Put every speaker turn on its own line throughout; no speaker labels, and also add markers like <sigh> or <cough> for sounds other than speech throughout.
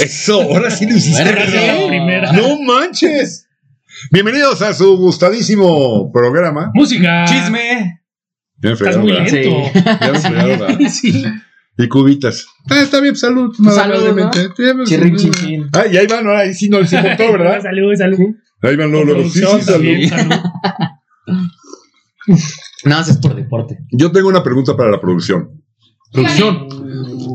Eso, ahora sí lo
Ah,
hiciste.
Bueno,
cabrón.
sí, la primera.
No manches. Bienvenidos a su gustadísimo programa.
Música.
Chisme.
Bien
Estás
fregado,
muy
¿verdad?
lento.
Bien fregado, ¿verdad?
<laughs> Sí.
Y cubitas. Ah, está bien, salud. madremente. Bien, pues,
Chirrin,
mm.
chin, chin.
Ah, y ahí van, ahora ahí sí no les
<laughs>
importó, ¿verdad?
Salud, salud.
Ahí van luego, luego. Sí, sí, salud.
También, salud.
No, eso es por deporte.
Yo tengo una pregunta para la producción.
Producción.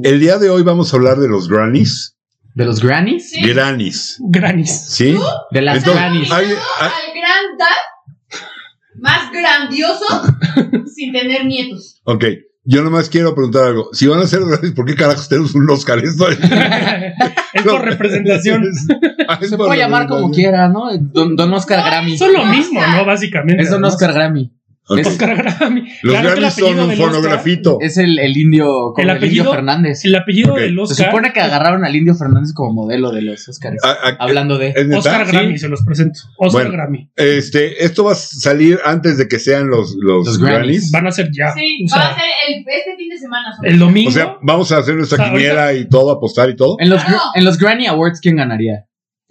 El día de hoy vamos a hablar de los grannies.
¿De los grannies?
Sí.
Grannies.
Granis.
¿Sí?
De las
Entonces,
grannies.
ay,
Nominado
ay.
al gran dad más
<laughs>
grandioso sin tener nietos.
Ok. Yo nomás quiero preguntar algo. Si van a ser grannies, ¿por qué carajos tenemos un Oscar? Esto
es por representación.
Ah, <laughs> es
Se
por
puede llamar como
representación.
quiera, ¿no? Don, don Oscar Grammy.
Son lo mismo, ¿no? Básicamente.
Es Don
Ah, ¿no?
Oscar Grammy.
Ok.
Es-
Oscar Grammy.
Los
Claro que Este, el
Grammys son
apellido
un
del Oscar-
fonografito.
Es el, el indio, como
¿El
el, indio
apellido?
Fernández.
El apellido
Ok.
del Oscar.
Se supone que agarraron al indio Fernández como modelo de los Oscars.
A- a-
Hablando de.
Ah, eh, ¿es neta?
Oscar
Sí.
Grammy, se los presento. Oscar
Bueno.
Grammy.
Este, esto va a salir antes de que sean los, los,
Los
Grammys.
Grammys.
Van a ser ya. Ah,
Sí,
O sea,
va a ser el, este fin de semana. solo.
el domingo.
O sea, vamos a hacer nuestra
O sea, ahorita-
quiniela y todo, apostar y todo.
En los, gr- en los Granny Awards, ¿quién ganaría?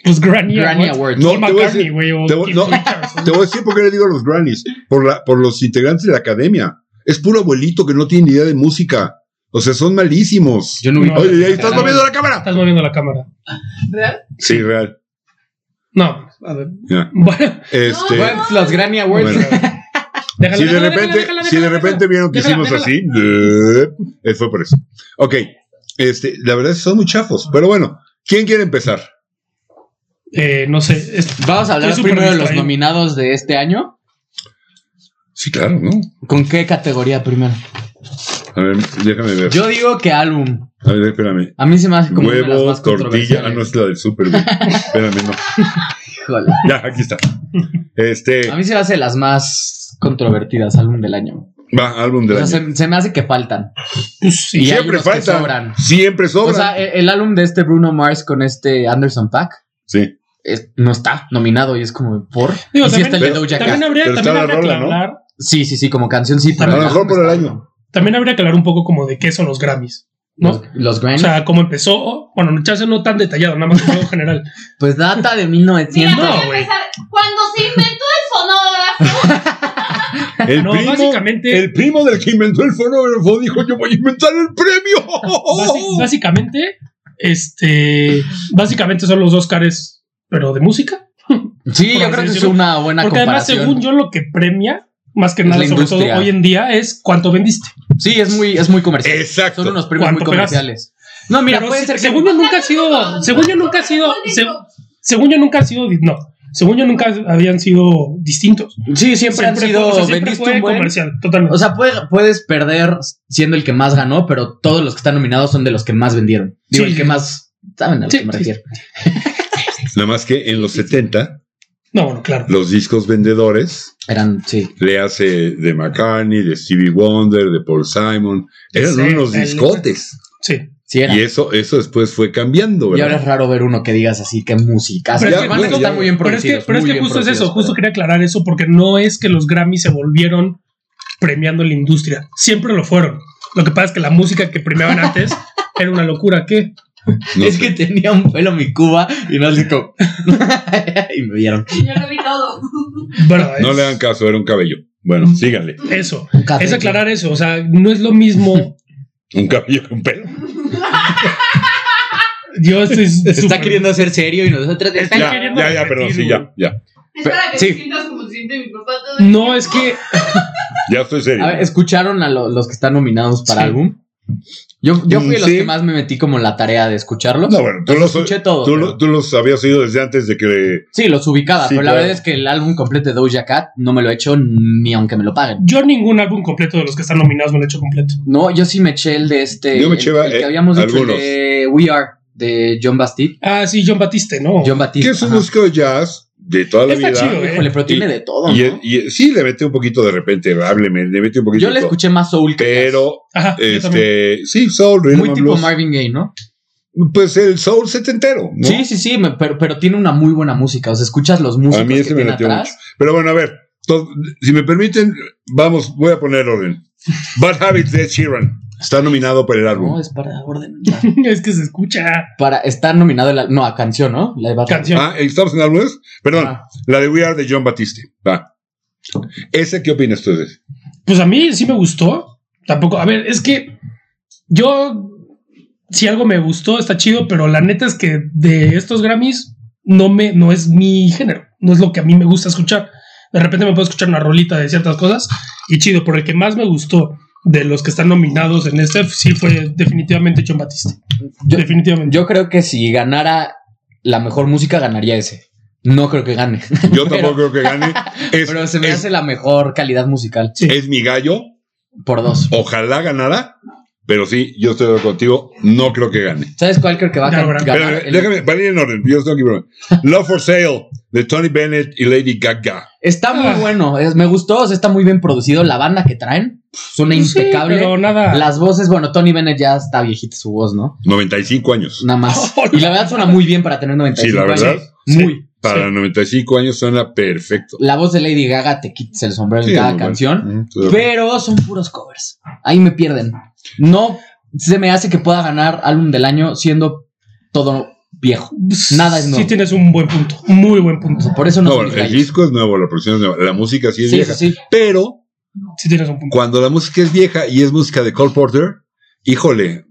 los pues, Grammy.
Granny
Awards.
Awards.
No, te
Paul
voy a
McCartney,
decir-
güey. o
te voy-
Keith
no.
Richards,
Te voy a decir por qué le digo los Grammys. Por, la, por los integrantes de la academia. Es puro abuelito que no tiene ni idea de música. O sea, son malísimos.
Yo no
No,
vi.
Oye, ahí estás
no.
moviendo la cámara.
Estás moviendo la cámara.
¿Verdad?
Sí, real.
No.
Ya.
Bueno,
Este,
No, no.
pues, Los Granny
<laughs>
Awards.
Bueno.
déjala,
si de
déjala,
repente,
déjala,
si de
déjala,
repente vieron que
Déjala,
hicimos
déjala.
así, eh, fue por eso. Ok, este, la verdad es que son muy chafos, pero bueno, ¿quién quiere empezar?
déjala. Eh, no sé. es-
Vamos a hablar
Estoy súper
primero de los
distraído.
nominados de este año.
Sí, claro, ¿no?
¿Con qué categoría primero?
A ver, déjame ver.
Yo digo que álbum.
A ver, espérame.
A mí se me hace como una de las
Huevo,
más
tortilla. Ah, no,
controversiales.
es la del súper,
<laughs>
güey. espérame, no.
Híjole.
Ya, aquí está. Este,
A mí se me hace las más controvertidas álbum del año.
va, álbum
O
del
sea,
año.
se, se me hace que faltan.
pues, sí.
y hay
Siempre
unos que
falta.
sobran.
Siempre
O
sobra.
sea, e- el, álbum de este Bruno Mars con este Anderson Pack
sí.
no está nominado y es como por.
Digo,
y sí
también-
está el de
pero-
Doja Cat.
También habría,
Pero está
también
la
habría
rola,
que
¿no?
hablar.
Sí, sí, sí, como cancioncita.
A lo mejor por el año.
También habría que hablar un poco como de qué son los Grammys. ¿No?
Los, los
O
Grammys.
sea, cómo empezó. Bueno, chance no tan detallado, nada más en general.
pues data de
Mira,
1900.
No,
para
güey.
empezar, cuando se inventó el
<laughs>
fonógrafo,
El,
No,
primo,
básicamente.
el primo del que inventó el fonógrafo dijo: Yo voy a inventar el premio. oh.
basi- Básicamente, este. Básicamente son los Oscars, pero de música.
Sí,
Por
yo
así
creo que es
decirlo.
una buena
Porque además,
comparación.
según yo, lo que premia, más que
Es
nada,
la
sobre todo
industria.
hoy en día, es cuánto vendiste.
Sí, es muy, es muy comercial.
Exacto.
Son unos premios muy
¿Cuánto pegas?
comerciales. No, mira,
Pero
puede
se-
ser que.
Según yo nunca ha sido. Según yo nunca ha sido. se- según yo nunca ha sido. di- No. Según yo nunca habían sido distintos.
Sí, siempre, han sido.
fue- o sea, siempre
vendiste
fue
un buen-
comercial, totalmente.
O sea, puede- puedes perder siendo el que más ganó, pero todos los que están nominados son de los que más vendieron. Digo,
Sí.
el que más. ¿Saben a lo
Sí,
que me
sí.
refiero?
Nada más que en los 70,
no, bueno, claro.
los discos vendedores,
Eran, sí.
le hace de McCartney, de Stevie Wonder, de Paul Simon, eran
Sí,
unos
el-
discotes.
Sí.
Sí, eran.
Y
Y,
eso, eso después fue cambiando,
ahora
¿verdad?
es raro ver uno que digas así, que música.
Pero
Pero
es que-
van a
bueno,
estar
ya-
muy bien
Pero es que,
producidos,
pero es
muy
que
bien
justo es eso,
producidos,
justo
pero-
quería aclarar eso, porque no es que los Grammy se volvieron premiando la industria, siempre lo fueron. Lo que pasa es que la música que premiaban <laughs> antes era una locura, ¿qué?
No
es
sé.
que tenía un pelo mi Cuba y no sé cómo. <laughs> y me vieron.
yo lo
<laughs>
vi todo.
Bueno,
No
es-
le hagan caso, era un cabello. Bueno, síganle.
eso. Es aclarar eso, o sea, no es lo mismo.
Un cabello con pelo.
Yo <laughs> estoy
Se está queriendo hacer serio y nosotros
Está
Ya,
queriendo
ya, ya,
repetir,
perdón, sí,
güey.
ya, ya.
Es para que
Sí.
te sientas como se siente mi papá todo el
No, es que
Ya estoy serio.
A ver, ¿escucharon a lo- los que están nominados para
Sí.
álbum? Yo, yo fui de los
Sí.
que más me metí como en la tarea de escucharlos.
No, bueno, tú los,
Escuché todo.
tú,
pero-
lo- tú los habías oído desde antes de que.
Sí, los ubicaba,
Sí,
pero la
claro.
verdad es que el álbum completo de Doja Cat no me lo he hecho ni aunque me lo paguen.
yo ningún álbum completo de los que están nominados me lo he hecho completo.
No, yo sí me eché el de este.
Yo me
el-
eché,
el,
eh,
que habíamos dicho, el
algunos.
de We Are, de John Bastid.
Ah, sí, John Batiste, ¿no?
John Bastid.
Que Oh, es un
ajá.
músico de jazz de toda la
Está
vida.
chido, ¿eh?
Híjole, pero tiene de todo.
Y,
¿no?
y- sí, le mete un poquito de repente, hábleme, le mete un poquito
yo
de
le
todo.
escuché más Soul que
Pero,
Ajá, yo también. <laughs>
este, sí, soul, rhythm
Ah, Muy
and
tipo
blues.
Marvin Gaye, ¿no?
Pues el soul setentero, ¿no?
Sí, sí, sí, me- pero, pero tiene una muy buena música. O sea, escuchas los músicos
A mí
que
ese me
tiene
latió
atrás.
Pero bueno, a ver, to- si me permiten, vamos, voy a poner orden. Bad Habits de Ed Sheeran. Está nominado para el
No,
álbum.
es para orden.
es que se escucha
Para, está nominado el al- no, a canción, ¿no? La de Bad
canción.
Ah, ¿estamos en álbumes? Perdón,
Ah.
la de We Are de John Batiste. Va. ¿Ese qué opinas tú? de ese?
Pues a mí sí me gustó. Tampoco, a ver, es que yo, si algo me gustó, está chido, pero la neta es que de estos Grammys no, me, no es mi género, no es lo que a mí me gusta escuchar. De repente me puedo escuchar una rolita de ciertas cosas y chido, pero el que más me gustó de los que están nominados en este sí fue definitivamente John Batiste.
Yo,
definitivamente.
yo creo que si ganara la mejor música, ganaría ese. No creo que gane. <laughs>
Yo tampoco creo que gane. Es,
Pero se me
es-
hace la mejor calidad musical.
Sí.
es mi gallo.
Por dos.
Ojalá ganara. Pero sí, yo estoy de acuerdo contigo. No creo que gane.
¿Sabes cuál creo que va a
Ya
gan-
lo verán.
ganar?
Espérame,
El-
déjame, para ir en orden. Yo estoy aquí, perdón. Love for Sale de Tony Bennett y Lady Gaga.
Está muy
Ah.
bueno. es- me gustó. o sea, está muy bien producido. La banda que traen suena
Sí,
impecable.
pero nada.
Las voces, bueno, Tony Bennett ya está viejita su voz, ¿no?
95 años.
Nada más.
<laughs> Hola.
Y la verdad suena muy bien para tener 95
Sí, la verdad.
años. Muy.
Para 95 años suena perfecto.
La voz de Lady Gaga te quites el sombrero
Sí,
en cada
muy bueno.
canción.
Mm, estoy de acuerdo.
Pero son puros covers. Ahí me pierden. No se me hace que pueda ganar álbum del año siendo todo viejo. Nada es nuevo.
Pues, Sí tienes un buen punto, muy buen punto.
Por eso
No,
no. son
bueno,
mis
el
gallos.
disco es nuevo, la producción es nueva, la música sí es
Sí,
vieja.
sí, sí.
Pero
Sí tienes un punto.
cuando la música es vieja y es música de Cole Porter, híjole,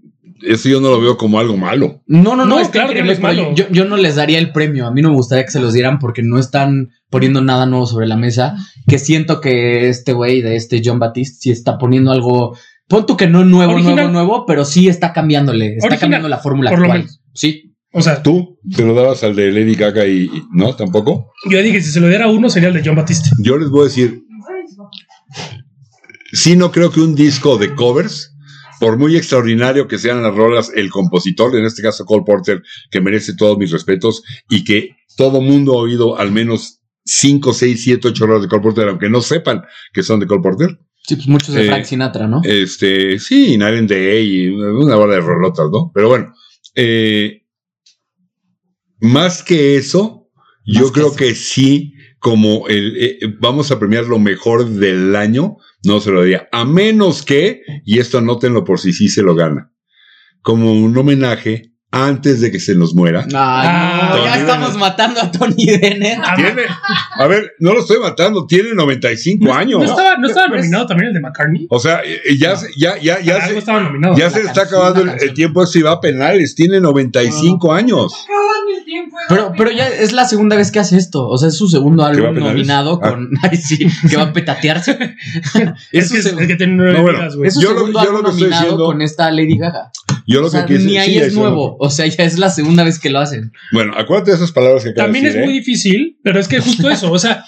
eso yo no lo veo como algo malo.
No, no, no,
No,
está
claro que
increíble,
no es
pero
malo.
Yo, yo no les daría el premio. A mí no me gustaría que se los dieran porque no están poniendo nada nuevo sobre la mesa. Que siento que este güey de este John Batiste sí está poniendo algo. Pon tú que no nuevo, nuevo,
Original.
nuevo, pero sí está cambiándole. Está
Original,
cambiando la fórmula
por lo
actual.
menos.
Sí.
O sea,
¿Tú te lo dabas al de Lady Gaga y, y- no tampoco?
yo dije, si se lo diera a uno sería el de John Batiste.
Yo les voy a decir, sí no creo que un disco de covers, por muy extraordinario que sean las rolas, el compositor, en este caso Cole Porter, que merece todos mis respetos y que todo mundo ha oído al menos 5, 6, 7, 8 rolas de Cole Porter, aunque no sepan que son de Cole Porter.
Sí, pues muchos de
Eh,
Frank Sinatra, ¿no?
Este, sí, Night de Day y una bola de rolotas, ¿no? Pero bueno, eh, más que eso, yo
que
creo
eso.
que sí, como el, eh, eh, vamos a premiar lo mejor del año, no se lo daría. A menos que, y esto anótenlo por si sí se lo gana, como un homenaje antes de que se nos muera.
ah,
Ay, no,
Tony
ya estamos
Bennett.
matando a Tony Bennett.
Tiene, a ver, no lo estoy matando, tiene 95 años.
¿No estaba, no estaba
Pero es-
nominado también el de McCartney?
O sea, eh, eh, ya, se- ya, ya, ya,
Para
se-
algo
<laughs>
estaba nominado.
Ya
La
se
canción,
está acabando el,
la canción. Ah.
el tiempo si va a penales. Tiene 95 años.
Pero, pero ya es la segunda vez que hace esto. O sea, es su segundo
va a
álbum
penales?
nominado
Ah.
con. <laughs> Ay, sí, que va a petatearse.
<laughs>
es,
su
que, es
segundo-
que tiene nueve
No, bueno,
vidas, güey.
Es su
Yo lo-
segundo
yo
álbum
lo que estoy
nominado
diciendo-
con esta Lady Gaga.
Yo lo
O sea,
que quise
ni ahí
sí,
es
eso-
nuevo. O sea, ya es la segunda vez que lo hacen.
Bueno, acuérdate de esas palabras que acabas
También
de
es
decir.
muy
¿eh?
difícil, pero es que justo eso, o sea,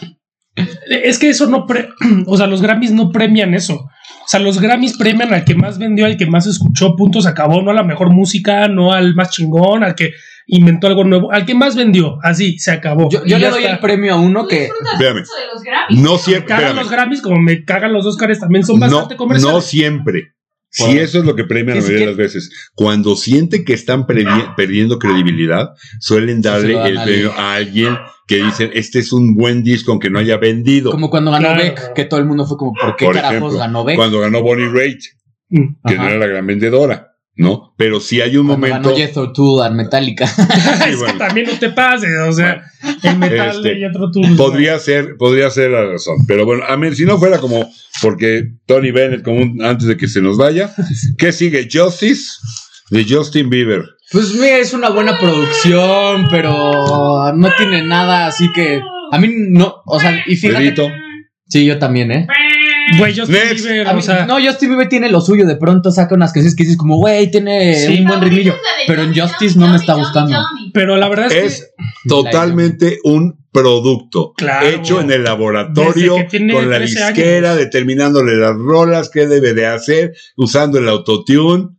es que eso no, pre- <clears throat> o sea, los Grammys no premian eso. O sea, los Grammys premian al que más vendió, al que más escuchó, punto, se acabó, no a la mejor música, no al más chingón, al que inventó algo nuevo, al que más vendió, así, se acabó.
Yo,
Y
yo le
ya
doy
está.
el premio a uno que.
Véame.
de los Grammys.
No siempre.
Cagan
espérame.
los Grammys como me cagan los Oscars también, son
No,
bastante
no
comerciales.
siempre. Si
Bueno.
eso es lo que premian la
Es
mayoría de
que-
las veces. Cuando sienten que están previ- perdiendo credibilidad, suelen darle
lo dan
el
a
premio a alguien que dicen, este es un buen disco aunque no haya vendido.
Como cuando ganó
Claro.
Beck, que todo el mundo fue como, ¿por qué
Por
carajos
ejemplo,
ganó Beck?
Cuando ganó Bonnie Raitt,
Mm.
que no
Ajá.
era la gran vendedora, ¿no? Pero sí hay un
Cuando
momento...
ganó Jethro Tull a Metallica. <laughs>
Sí,
<laughs> es
bueno.
que también no te pases, o sea, el metal
Este,
y otro tú.
Podría ser, podría ser la razón. Pero bueno, a ver, si no fuera como porque Tony Bennett, como un- antes de que se nos vaya, ¿qué sigue? Justice de Justin Bieber.
Pues mira, es una buena producción, pero no tiene nada, así que. A mí no, o sea, y fíjate.
Pedrito.
Sí, yo también, ¿eh?
Güey, Justin
Next.
Bieber,
A mí-
o sea,
no, Justin Bieber tiene lo suyo, de pronto saca unas canciones que dices como, güey, tiene
Sí.
un buen ritmillo. Pero en Justice no me está gustando.
pero la verdad es, que.
Es totalmente un producto
Claro.
hecho en el laboratorio
Desde que tiene
con la
13 años.
disquera, determinándole las rolas, qué debe de hacer, usando el autotune.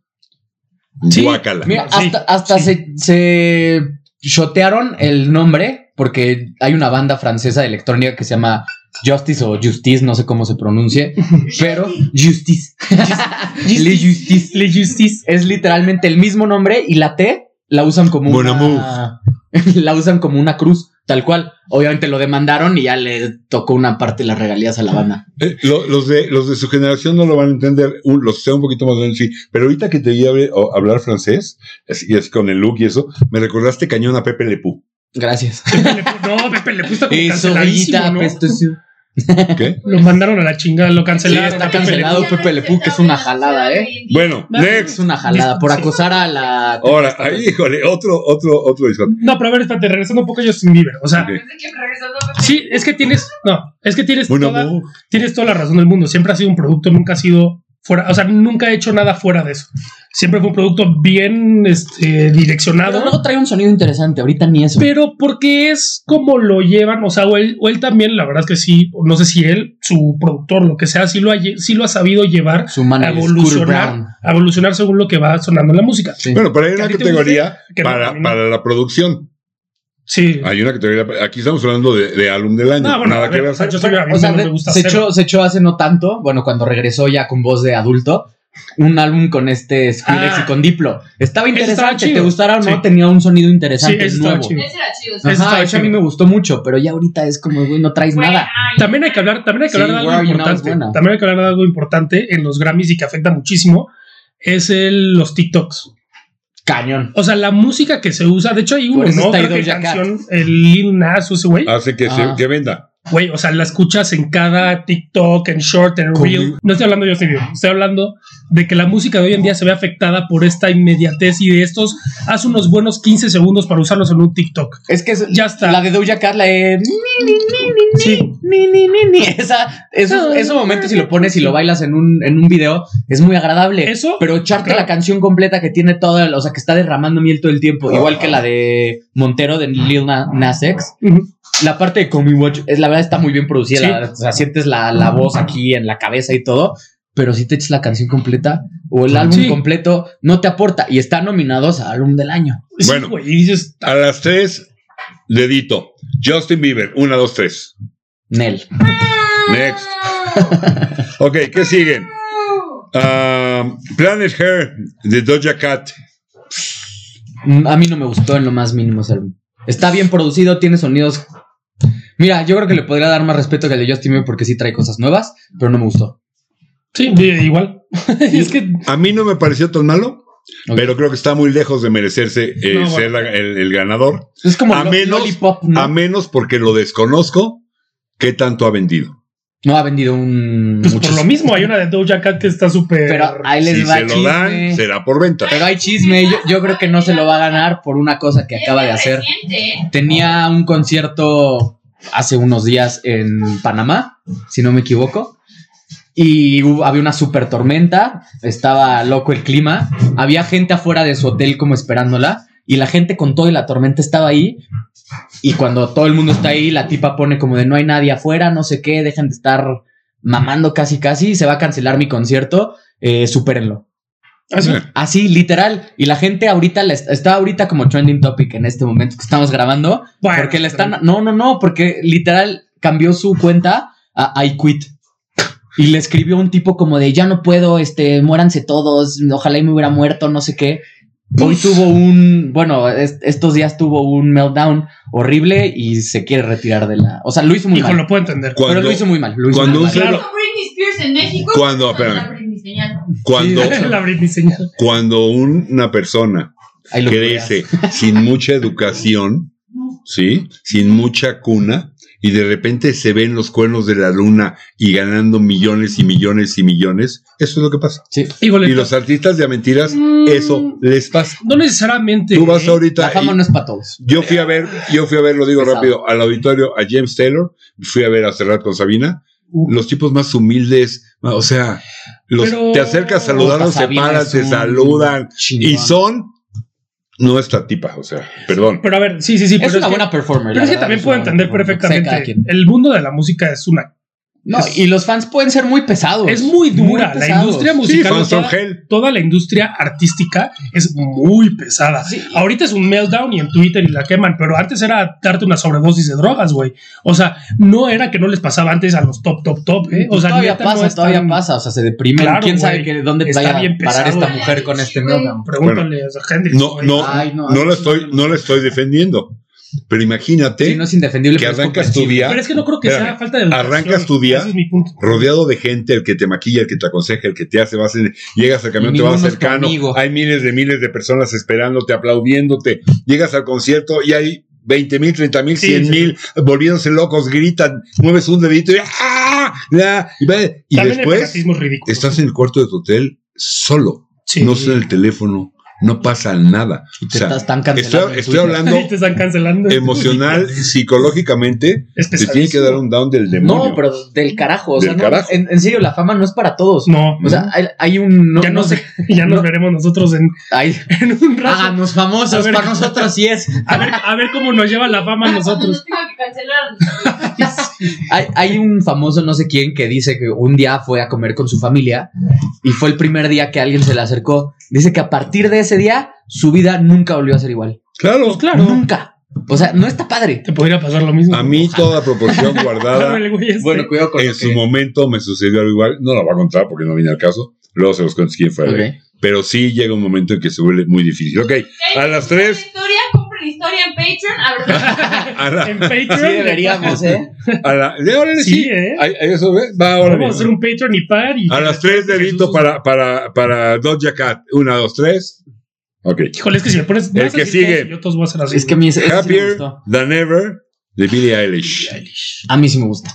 Sí,
Guácala.
Mira,
Sí,
hasta, hasta
sí.
se, se shotearon el nombre, porque hay una banda francesa de electrónica que se llama Justice o Justice, no sé cómo se pronuncie, pero Justice.
<laughs>
Le Justice.
Le Justice.
Es literalmente el mismo nombre y la T la usan como
Bon
<laughs> una. La usan como una cruz. Tal cual. Obviamente lo demandaron y ya le tocó una parte de las regalías a la banda.
Eh, lo- los, de, los de su generación no lo van a entender, un- los que sean un poquito más grandes sí, pero ahorita que te oí hable- o- hablar francés, así- y así con el look y eso, me recordaste cañón a Pepe Lepú.
<laughs> Gracias.
Pepe Le Pew- no, Pepe Le Pew está como
Eso,
canceladísimo,
bellita,
¿no?
apestoso.
<laughs>
¿Qué?
Lo mandaron a la chingada, lo cancelaron.
Sí, está
a Pepe Le Pew.
cancelado. Pepe Le Pew, que es una jalada, ¿eh?
Bueno,
Vale.
next.
Es una jalada por acosar a la.
Ahora, ahí, híjole, otro, otro, otro disco.
No, pero a ver, espérate, regresando un poco a Justin Bieber. O sea,
Ok.
sí, es que tienes. No, es que tienes
Un
toda,
amor.
tienes toda la razón del mundo. Siempre ha sido un producto, nunca ha sido fuera. O sea, nunca he hecho nada fuera de eso. Siempre fue un producto bien este, direccionado.
Pero luego trae un sonido interesante. Ahorita ni eso.
pero porque es como lo llevan, o sea, o él, o él también, la verdad es que sí, o no sé si él, su productor, lo que sea, sí lo ha, lle- sí lo ha sabido llevar
Su
a
manager, Scooter
evolucionar,
Brown.
a evolucionar según lo que va sonando en la música.
Sí.
Bueno, pero hay
¿Que a
una
ti te
categoría
guste? Que no, a
para,
mí no.
para la producción.
Sí.
Hay una categoría. Aquí estamos hablando de, de álbum del año.
No, bueno,
Nada
a
que
ver,
ver.
Pancho Soria a mí
O sea,
no
de-
me gusta
se,
hacer.
echó, se echó hace no tanto, bueno, cuando regresó ya con voz de adulto, un álbum con este Skrillex
Ah.
y con Diplo. Estaba
Eso estaba
interesante,
chido.
te gustara o no,
Sí.
tenía un sonido interesante,
eso estaba
nuevo.
chido.
Ese era chido.
Ajá,
Eso estaba
eso a mí
chido.
me gustó mucho, pero ya ahorita es como, güey, no traes nada.
También hay que hablar, también hay que
Sí,
hablar de
Where
algo
Are You Now es
importante.
buena.
También hay que hablar de algo importante en los Grammys y que afecta muchísimo. Es el, los TikToks.
Cañón.
O sea, la música que se usa. De hecho, hay
Por
uno,
eso
¿no?
está
Creo que
Doja Cat.
canción, el Lil Nas, ese güey.
Hace que, se-
Ah.
que venda.
Güey, o sea, la escuchas en cada TikTok, en short, en
Como-
reel. No estoy hablando de Justin Bieber, estoy hablando de que la música de hoy en día se ve afectada por esta inmediatez y de estos, haz unos buenos 15 segundos para usarlos en un TikTok.
Es que es-
Ya está.
la de Doja Cat, la de...
Sí.
Ni, ni, ni, ni. Esa, esos, esos momentos, si lo pones y lo bailas en un, en un video, es muy agradable.
Eso,
Pero echarte
Claro.
la canción completa que tiene toda, o sea, que está derramando miel todo el tiempo, igual que la de Montero de Lil Na- Nas X,
Ujú.
la parte de Call Me Watch, es, la verdad está muy bien producida,
Sí.
la- o sea, sientes la, la voz aquí en la cabeza y todo, pero si te echas la canción completa o el álbum
Sí.
completo, no te aporta y están nominados a álbum del año.
sí,
Bueno.
güey, y dices,
A las tres, dedito. Justin Bieber, una, dos, tres.
Nel.
<laughs>
Next. Ok, ¿qué siguen? Ah, Planet Hair de Doja Cat.
Mm, A mí no me gustó en lo más mínimo ese álbum. Está bien producido, tiene sonidos. Mira, yo creo que le podría dar más respeto que al de Justin Bieber porque sí trae cosas nuevas, pero no me gustó.
sí, igual. <laughs> es que
A mí no me pareció tan malo,
Ok.
pero creo que está muy lejos de merecerse eh,
No, bueno.
ser la- el, el ganador,
Es como
A
lo-
menos-
Lollipop, ¿no?
a menos porque lo desconozco qué tanto ha vendido.
No ha vendido un.
pues, por
muchísimo.
lo mismo hay una de Doja Cat que está súper.
Pero ah, ahí les
Si
va
se lo
chisme.
dan, será por venta.
Pero hay chisme. Yo, yo creo que no se lo va a ganar por una cosa que acaba de hacer.
¿eh?
Tenía un concierto hace unos días en Panamá, si no me equivoco. Y hubo- había una super tormenta, estaba loco el clima, había gente afuera de su hotel como esperándola y la gente con todo y la tormenta estaba ahí y cuando todo el mundo está ahí la tipa pone como de no hay nadie afuera, no sé qué, dejen de estar mamando casi casi, se va a cancelar mi concierto, eh, supérenlo.
Ah, sí.
Así, literal. Y la gente ahorita la est- está ahorita como trending topic en este momento que estamos grabando.
Bueno,
porque le están. No, no, no. Porque literal cambió su cuenta a I quit. Y le escribió un tipo como de ya no puedo, este, muéranse todos, ojalá y me hubiera muerto, no sé qué. Hoy tuvo un, bueno, es- estos días tuvo un meltdown horrible y se quiere retirar de la. O sea, lo hizo muy
Hijo,
mal.
lo puedo entender.
Pero
Cuando,
lo hizo muy mal. Lo hizo
cuando un
muy mal.
ser-
Claro.
Britney Spears en México.
Cuando-
Son la
espérame.
Britney señal.
<laughs>
cuando,
Sí,
la Britney señal.
cuando una persona
Ahí lo
crece sin mucha educación, ¿sí? Sin mucha cuna, y de repente se ven los cuernos de la luna y ganando millones y millones y millones, eso es lo que pasa.
Sí.
Híjole,
Y los artistas de a mentiras,
Mm.
eso les pasa.
no necesariamente.
Tú vas
¿eh?
ahorita.
La fama
y-
no es para todos.
Yo fui a ver, yo fui a ver, lo digo
Pesado.
rápido, al auditorio, a James Taylor, fui a ver a Serrat con Sabina,
Uh.
los tipos más humildes, o sea, los,
Pero-
te acercas a saludarlos, se
Sabina
paran,
es
te
un
saludan, y
chingón.
son nuestra tipa, o sea, perdón.
Pero a ver, sí, sí, sí. pero
es una
que-
buena performer.
Pero
la
es que
verdad,
también
una
puedo
buena
entender
performer. O sea,
perfectamente.
cada quien.
El mundo de la música es una.
No, y los fans pueden ser muy pesados.
Es muy dura.
Muy
la
pesados.
industria
Sí,
musical.
fans
toda,
son gel.
toda la industria artística es muy pesada. Ahorita es un meltdown y en Twitter y la queman, pero antes era darte una sobredosis de drogas, güey. O sea, no era que no les pasaba antes a los top, top, top, ¿eh? O
pues
sea,
todavía
neta, no
pasa,
es
todavía
tan-
pasa. O sea, se deprime.
Claro,
¿Quién sabe
güey.
que, dónde
Está
vaya
bien
a parar
pesado.
esta mujer con este meltdown?
Pregúntale a Hendrix.
No,
güey. Ah,
no,
Ay, no,
no, la
así no
estoy,
me
no la estoy defendiendo. Pero imagínate
Sí, no es indefendible.
que
pero es
arrancas tu
comprensible.
día
Pero es que no creo que
espérame,
sea falta de educación.
arrancas tu día.
Ese es mi punto.
rodeado de gente, el que te maquilla, el que te aconseja, el que te hace, vas en- llegas al camión,
Y
te vas
ninguno es tu
cercano,
amigo.
hay miles de miles de personas esperándote, aplaudiéndote, llegas al concierto y hay 20 mil, 30 mil,
Sí,
100
sí.
mil, volviéndose locos, gritan, mueves un dedito y, ¡ah! Ya, y va- y
También el
después
fanatismo es ridículo.
estás en el cuarto de tu hotel solo,
Sí.
no suena el teléfono, no pasa nada.
Y
O
te
sea,
estás tan cancelado.
estoy,
en
estoy
Twitter.
<laughs>
hablando
Y te están cancelando.
emocional, psicológicamente,
<laughs> Es
te tiene que
pesadísimo.
dar un down del demonio.
No, pero del carajo. O sea,
Del
no,
carajo. Mm.
En, en serio, la fama no es para todos.
No,
O sea, hay, hay un. No,
ya,
no
nos,
sé.
ya nos
no.
veremos nosotros en,
Hay,
en un rato.
<laughs> háganos
A
famosos.
ver.
Para nosotros sí es.
A ver, a ver cómo nos lleva la
Ah,
fama a nosotros.
No tengo que cancelar.
<laughs> Hay, hay un famoso no sé quién que dice que un día fue a comer con su familia y fue el primer día que alguien se le acercó. Dice que a partir de ese día su vida nunca volvió a ser igual.
claro,
Pues claro,
Nunca. O sea, no está padre.
te podría pasar lo mismo.
a mí toda proporción
Claro, <laughs>
guardada.
el güey este.
cuidado
en su momento me sucedió algo igual. No la voy a contar porque no viene al caso. Luego se los cuento quién fue. Pero sí llega un momento en que se vuelve muy difícil. Ok, a las tres,
historia, compren historia en Patreon.
<laughs>
A ver,
a la,
en Patreon.
Sí, deberíamos, ¿eh?
a la- eh, órale,
<laughs> Sí,
sí.
¿eh?
Ahí- ahí eso, ¿ves? Va, órale.
Vamos a hacer un Patreon y par. Y
A las tres, dedito para, para, para Doja Cat. Una, dos, tres. Ok.
Híjole, es que si me pones.
El
vas a
que
decir
sigue.
eso, Yo todos voy a hacer así.
Es que a mí ese- ese sí me
Happier
gustó.
than ever de Billie Eilish.
A mí sí me gusta.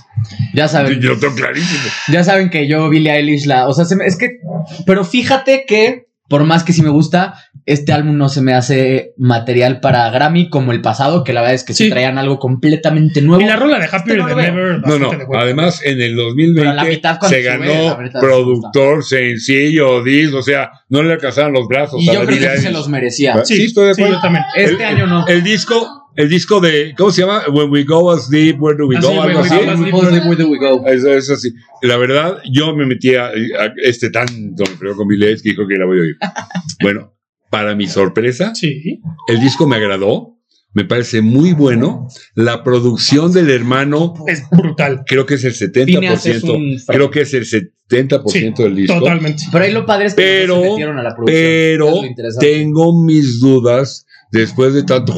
Ya saben.
Yo lo tengo clarísimo.
Ya saben que yo, Billie Eilish, la. O sea, se me- es que. Pero fíjate que, por más que sí me gusta, este álbum no se me hace material para Grammy como el pasado, que la verdad es que sí,
Sí.
traían algo completamente nuevo.
Y la rola de Happier
no lo
Than
veo.
Ever.
No,
bastante de
no.
acuerdo.
Además, en el
Pero a la
2020
mitad cuando
se
sube, la
ganó
verdad,
productor, sencillo, disco. O sea, no le alcanzaban los brazos
Y
a
yo
la
creo
Billie
que sí se
Eilish.
los merecía.
Sí, estoy de
Sí,
acuerdo.
yo también.
Este
El-
año no.
El disco, el disco de, ¿cómo se llama? When we go as deep, where do we
Ah,
go?
sí,
algo
When We
así.
Go As Deep.
Where Do We Go.
Es, es así. La verdad, yo me metí a, a este tanto, me fregó con Billie Eilish que dijo que la voy a
<laughs>
oír. bueno, para mi sorpresa,
Sí.
el disco me agradó, me parece muy bueno. La producción del hermano,
Es brutal.
creo que es el
Phineas es
70%,
un fra-
creo que es el 70% del disco.
Totalmente.
Pero ahí lo padre es que
Pero-
no se metieron a la producción.
Pero
Es lo interesante.
tengo mis dudas después de tanto.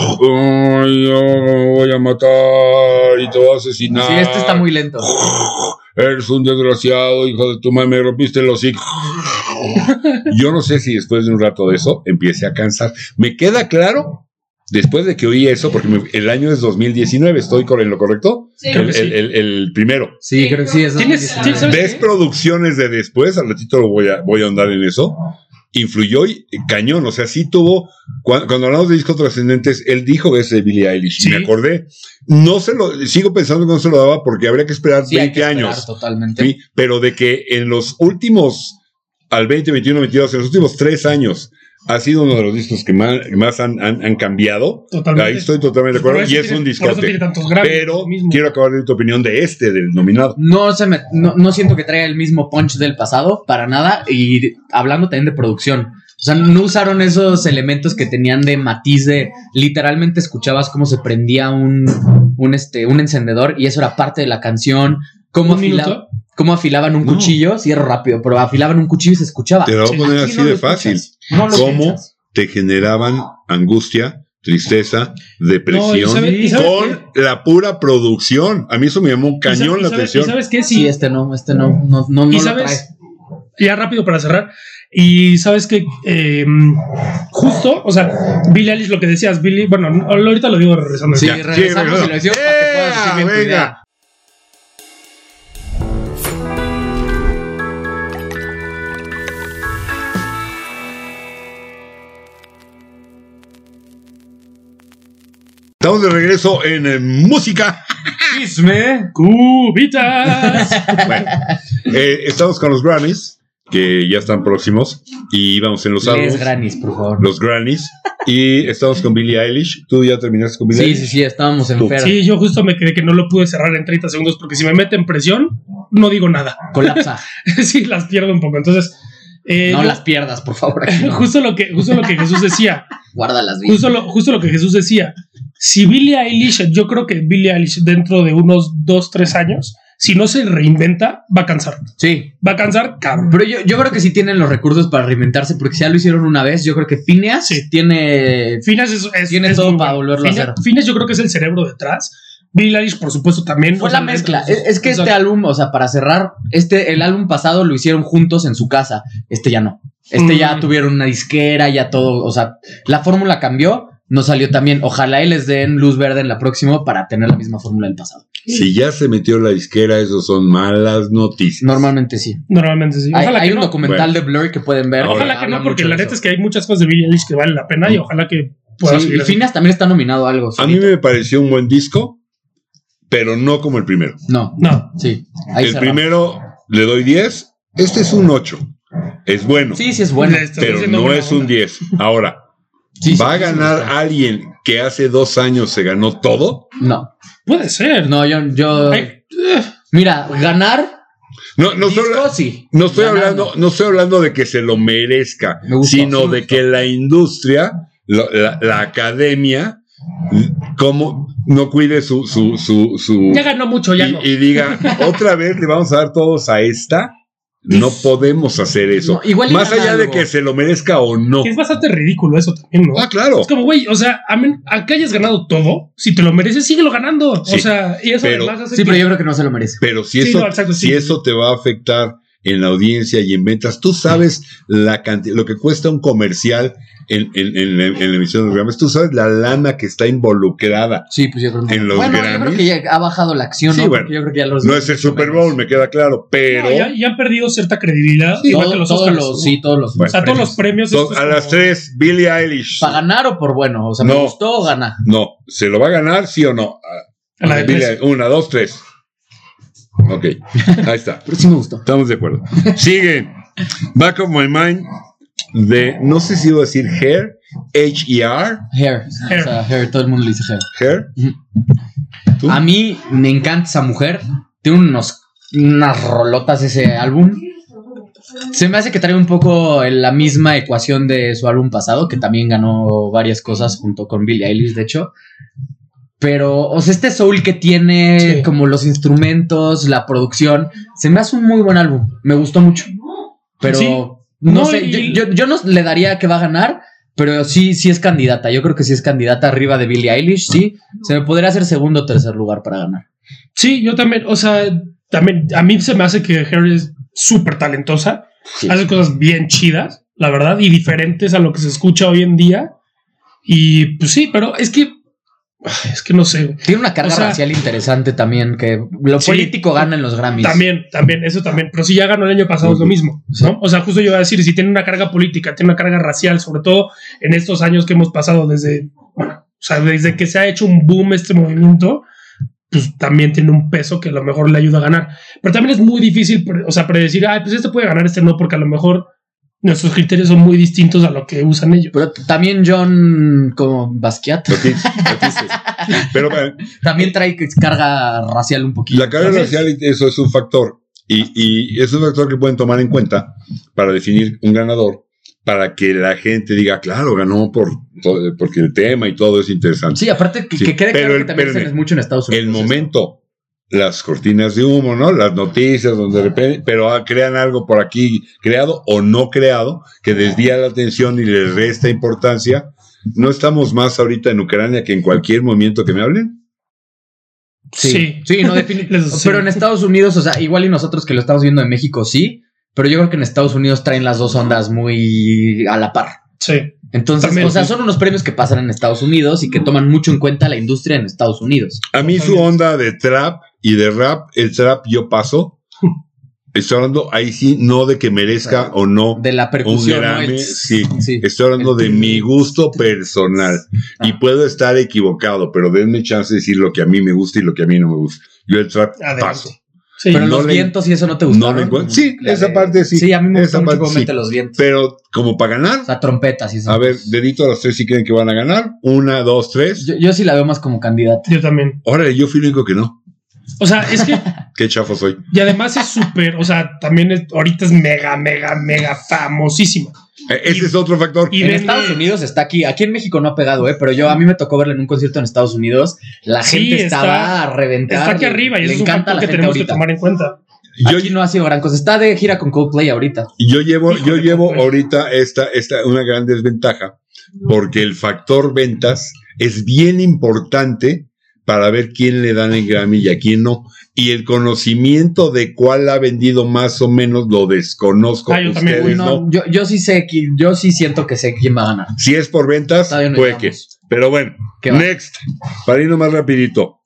Ay, yo me voy a matar y te voy a asesinar.
Sí, este está muy lento.
Eres un desgraciado, hijo de tu madre, me rompiste el hocico. <laughs> Yo no sé si después de un rato de eso empiece a cansar. Me queda claro, después de que oí eso, porque me- el año es 2019, estoy cor- en lo correcto,
sí.
Creo
el,
que sí.
el- el- el primero.
Sí, creo que sí. Es
Tienes-
2019.
tienes- ¿sabes
¿Ves
qué?
producciones de después? Al ratito lo voy a, voy a ahondar en eso. Influyó y eh, cañón, o sea, sí tuvo. cua- Cuando hablamos de discos trascendentes, él dijo ese de Billie Eilish, y
Sí.
me acordé. No se lo, sigo pensando que no se lo daba porque habría que esperar
Sí, hay
20
que esperar
años.
Totalmente.
Sí, pero de que en los últimos, al 20, 21, 22, en los últimos tres años, ha sido uno de los discos que más, más han, han- han cambiado.
Totalmente.
Ahí estoy totalmente de
Por
acuerdo
eso
y es
tiene-
un
Por eso tiene
discote.
tantos Grammys,
Pero
lo mismo.
quiero acabar de tu opinión de este, del nominado.
no se me, no, no siento que traiga el mismo punch del pasado para nada y hablando también de producción. O sea, no usaron esos elementos que tenían de matiz de literalmente escuchabas cómo se prendía un, un, este, un encendedor y eso era parte de la canción, cómo,
¿Un
afila-
minuto?
cómo afilaban un
No.
cuchillo, cierro rápido, pero afilaban un cuchillo y se escuchaba.
Te lo voy a
sí,
poner
Aquí
así
no lo
de fácil.
escuchas, no lo
¿Cómo?
escuchas.
Te generaban angustia, tristeza,
No, ¿y
depresión.
sabe- y sabe qué?
con la pura producción. A mí eso me llamó
¿Y sabe-
cañón
y
la
sabe- ¿Y
atención.
sabes qué? Sí,
Sí, este no, este no, no, no, no
y
lo
sabes, ya rápido para cerrar, y sabes que eh, justo, o sea, Billie Eilish, lo que decías, Billie, bueno, no, ahorita lo digo regresando.
trae. Sí,
Pues Ya, sí,
regresamos y
regresamos.
lo decimos para que puedas decir
¡Ea,
bien tu
venga!
idea.
Estamos de regreso en eh, música.
Chisme, cubitas. <laughs>
Bueno, eh, estamos con los Grammys, que ya están próximos, y vamos en los
Les
álbumes,
granis, por favor.
los Grammys, y estamos con Billie Eilish. ¿Tú ya terminaste con Billie
Sí,
Eilish?
sí, sí, estábamos en
Tú.
Fer.
sí, yo justo me quedé que no lo pude cerrar en 30 segundos porque si me meten presión, no digo nada. <laughs>
Colapsa.
sí, las pierdo un poco. Entonces, eh,
No
yo-
las pierdas, por favor. aquí no.
<laughs>
Pues,
justo, lo que, justo lo que Jesús decía.
Guárdalas bien.
Justo lo, justo lo que Jesús decía. Si Billie Eilish, yo creo que Billie Eilish dentro de unos 2, 3 años si no se reinventa, va a cansar.
Sí,
Va a cansar, cabrón.
Pero yo, yo creo que sí tienen los recursos para reinventarse, porque si ya lo hicieron una vez, yo creo que Phineas
Sí.
tiene.
Fines es, es-
Tiene
es
todo
muy
para
bueno.
volverlo a
Fines-
hacer.
Fines yo creo que es el cerebro detrás. Bill Eilish, por supuesto, también.
Fue
O sea,
la mezcla.
letras,
Es, es que
o sea,
este álbum, o sea, para cerrar, este, el álbum pasado lo hicieron juntos en su casa. Este ya no. Este ya
Mm.
tuvieron una disquera, ya todo. O sea, la fórmula cambió. Nos salió también. Ojalá y les den luz verde en la próxima para tener la misma fórmula del pasado.
Si ya se metió la disquera, eso son malas noticias.
Normalmente sí.
Normalmente sí.
Hay,
Ojalá
hay
que
un
no.
documental de Blur que pueden ver.
Ojalá
que
que
habla
no, porque
mucho
la
de
neta
eso.
es que hay muchas cosas de Billie Eilish que valen la pena y ojalá que pueda
Sí,
seguir
y
así.
Phineas también está nominado a algo.
A mí
solito.
me pareció un buen disco, pero no como el primero.
No,
No.
sí. Ahí
el
cerramos.
primero le doy 10, este es un 8. Es bueno,
Sí, sí es bueno.
Le estoy
pero
diciendo
no
buena
es un
onda.
10. Ahora,
Sí, sí,
¿va a
sí, sí me
ganar
gusta.
alguien que hace dos años se ganó todo?
No,
Puede ser.
no, yo, yo.
Ay,
Mira, ganar.
No, no
disco,
estoy,
sí.
no estoy
Ganar,
hablando, no estoy hablando de que se lo merezca,
Me gustó,
sino
sí me
de que la industria, lo- la, la academia, como no cuide su, su, su, su-
ya ganó mucho, ya
y,
no.
y diga,
<laughs>
otra vez le vamos a dar todos a esta. No podemos hacer eso.
No, igual y
Más
gana
allá de
algo.
que se lo merezca o no.
Que es bastante ridículo eso también, ¿no?
Ah, claro.
Es como, güey, o sea, a men- a que hayas ganado todo, si te lo mereces, síguelo ganando.
Sí,
o sea, y eso
pero-
además hace
Sí,
que-
pero yo creo que no se lo merece.
Pero si
Sí,
eso,
no, exacto,
si
sí.
eso te va a afectar en la audiencia y en ventas, tú sabes la cantidad, lo que cuesta un comercial en, en- en la- en la emisión de los Grammys, tú sabes la lana que está involucrada.
Sí, pues yo creo que.
En los
bueno, yo creo
Grammys.
que ya ha bajado la acción,
Sí,
¿no?
bueno.
Porque Yo creo que ya los.
No es el Super Bowl, me queda claro, pero
No, ya, ya han perdido cierta credibilidad,
Sí,
igual
todo-
que los
todos
Oscars.
los, sí, todos los.
Bueno.
o sea, todos los premios.
to-
esto es pues
a
como-
las tres, Billie Eilish.
¿Para ganar o por bueno? O sea,
No.
¿me gustó o gana?
No, ¿se lo va a ganar, sí o no? Ah,
A la de
Billie
tres.
Eilish, Una, dos, tres. Ok, ahí está.
Pero sí me gustó.
Estamos de acuerdo. Sigue. Back of My Mind de, no sé si iba a decir E Hair, H-E-R,
Hair.
Hair.
O sea, Hair, todo el mundo le dice Hair.
Hair. ¿Tú?
A mí me encanta esa mujer. Tiene unos, unas rolotas ese álbum. Se me hace que trae un poco en la misma ecuación de su álbum pasado, que también ganó varias cosas junto con Billie Eilish, de hecho. Pero, o sea, este soul que tiene,
Sí.
como los instrumentos, la producción, se me hace un muy buen álbum. Me gustó mucho. Pero
Sí.
no,
No,
sé,
y-
yo, yo- yo no le daría que va a ganar, pero sí, sí es candidata. Yo creo que sí es candidata arriba de Billie Eilish, sí. Se me podría hacer segundo o tercer lugar para ganar.
Sí, yo también, o sea, también a mí se me hace que Harry es súper talentosa,
Sí.
hace cosas bien chidas, la verdad, y diferentes a lo que se escucha hoy en día. Y pues sí, pero es que, es que no sé, güey.
Tiene una carga
O sea-
racial interesante también, que lo
Sí.
político gana en los Grammys.
También, también, eso también. Pero si ya ganó el año pasado es lo mismo, ¿no? O sea, justo yo iba a decir, si tiene una carga política, tiene una carga racial, sobre todo en estos años que hemos pasado desde, bueno, o sea, desde que se ha hecho un boom este movimiento, pues también tiene un peso que a lo mejor le ayuda a ganar. Pero también es muy difícil, pre- o sea, predecir, ay, pues este puede ganar, este no, porque a lo mejor nuestros criterios son muy distintos a lo que usan ellos.
Pero también John como Basquiat, <laughs>
Lo que- lo que dices. Pero eh,
también trae que- carga racial un poquito.
la carga
Entonces,
racial, eso es un factor. Y, y es un factor que pueden tomar en cuenta para definir un ganador, para que la gente diga, claro, ganó por, por- porque el tema y todo es interesante.
Sí, aparte que,
Sí,
que quede
pero
claro
el-
que también se
espérame.
les mucho en Estados Unidos. ¿eh?
El
eso.
momento, las cortinas de humo, ¿no? Las noticias, donde de repente, pero ah, crean algo por aquí creado o no creado, que desvía la atención y les resta importancia. No estamos más ahorita en Ucrania que en cualquier momento que me hablen.
Sí, sí,
<laughs>
no definitivamente.
Les- sí.
Pero en Estados Unidos, o sea, igual y nosotros que lo estamos viendo en México, sí. Pero yo creo que en Estados Unidos traen las dos ondas muy a la par.
Sí.
Entonces,
También,
o sea,
sí.
son unos premios que pasan en Estados Unidos y que toman mucho en cuenta la industria en Estados Unidos.
A mí su
Totalmente.
onda de trap y de rap, el trap yo
<laughs>
paso. Estoy hablando ahí sí, no de que merezca o no
De la
un
percusión. ¿no?
Grammy.
El-
Sí,
sí.
estoy hablando de mi gusto personal. Y puedo estar equivocado, pero denme chance de decir lo que a mí me gusta y lo que a mí no me gusta. Yo el trap
Adelante.
paso.
Sí.
Pero
no
los
le-
vientos y eso no te
No
gustaron.
me encuentro. Sí, esa parte sí.
Sí, a mí me
Esa
gusta mucho
parte
cómo
sí.
mete los vientos.
Pero como para ganar,
O sea, trompetas y eso.
a ver, dedito a los tres si creen que van a ganar. Una, dos, tres.
Yo, yo sí la veo más como candidata.
Yo también.
Ahora yo fui el único que no.
O sea, es que
Qué chafo soy.
Y además es súper, o sea, también es- ahorita es mega, mega, mega famosísima.
Eh, Ese es otro factor.
Y
en
vende-
Estados Unidos está aquí. Aquí en México no ha pegado, ¿eh? Pero yo a mí me tocó verla en un concierto en Estados Unidos. La
Sí,
gente
está-
estaba a reventar.
Está aquí
le-
arriba y
le
eso es un
encanta a
factor
la
que
gente
tenemos que
ahorita.
tomar en cuenta.
Yo,
Aquí no ha sido gran cosa. Está de gira con Coldplay ahorita.
yo llevo, yo
Híjole,
llevo
compadre.
ahorita esta, esta, una gran desventaja, porque el factor ventas es bien importante para ver quién le dan el Grammy y a quién no. Y el conocimiento de cuál ha vendido más o menos lo desconozco.
Ah, yo también,
Ustedes
Pues
No,
no.
Yo, yo sí sé, qui- yo sí siento que sé quién va a ganar.
Si es por ventas,
Todavía no
puede que.
llegamos.
Pero bueno,
¿Qué va?
next. Para irnos más rapidito.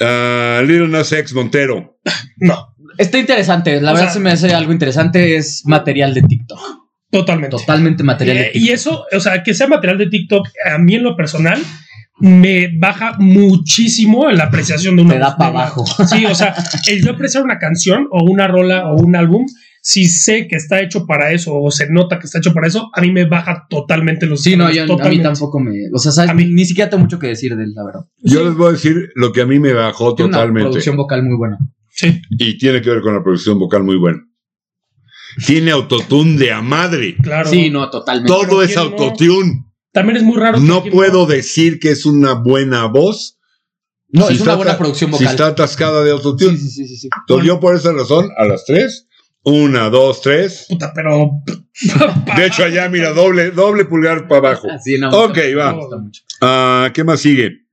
Ah, Little Nas X Montero.
No,
Está interesante. La
O
verdad
sea-
se me hace algo interesante. Es material de TikTok.
totalmente.
Totalmente material de
Eh,
TikTok.
y eso, o sea, que sea material de TikTok, a mí en lo personal, me baja muchísimo la apreciación de una.
Te da pa'
de una-
abajo.
Sí, o sea, el yo apreciar una canción o una rola o un álbum, si sé que está hecho para eso o se nota que está hecho para eso, a mí me baja totalmente los.
Sí, no, yo, a mí
totalmente.
tampoco me. O sea, ¿sabes?
A mí-
ni siquiera tengo mucho que decir de él, la verdad.
Yo
Sí.
les voy a decir lo que a mí me bajó
Tiene una
totalmente.
producción vocal muy buena.
Sí,
Y tiene que ver con la producción vocal muy buena. Tiene autotune de a madre.
claro.
Sí, no, totalmente.
Todo
pero
es
¿quién no?
autotune.
También es muy raro. que
No
alguien-
puedo decir que es una buena voz.
No,
si
es una
está
buena
ta-
producción
Si
vocal.
está atascada de
Sí,
autotune.
sí, sí, sí, sí.
Entonces yo por esa razón, a las tres. Una, dos, tres.
Puta, pero.
De hecho, allá, mira, doble, doble pulgar para abajo.
Ah, sí, no,
Ok,
me
va.
gusta mucho.
Ah, ¿Qué más sigue?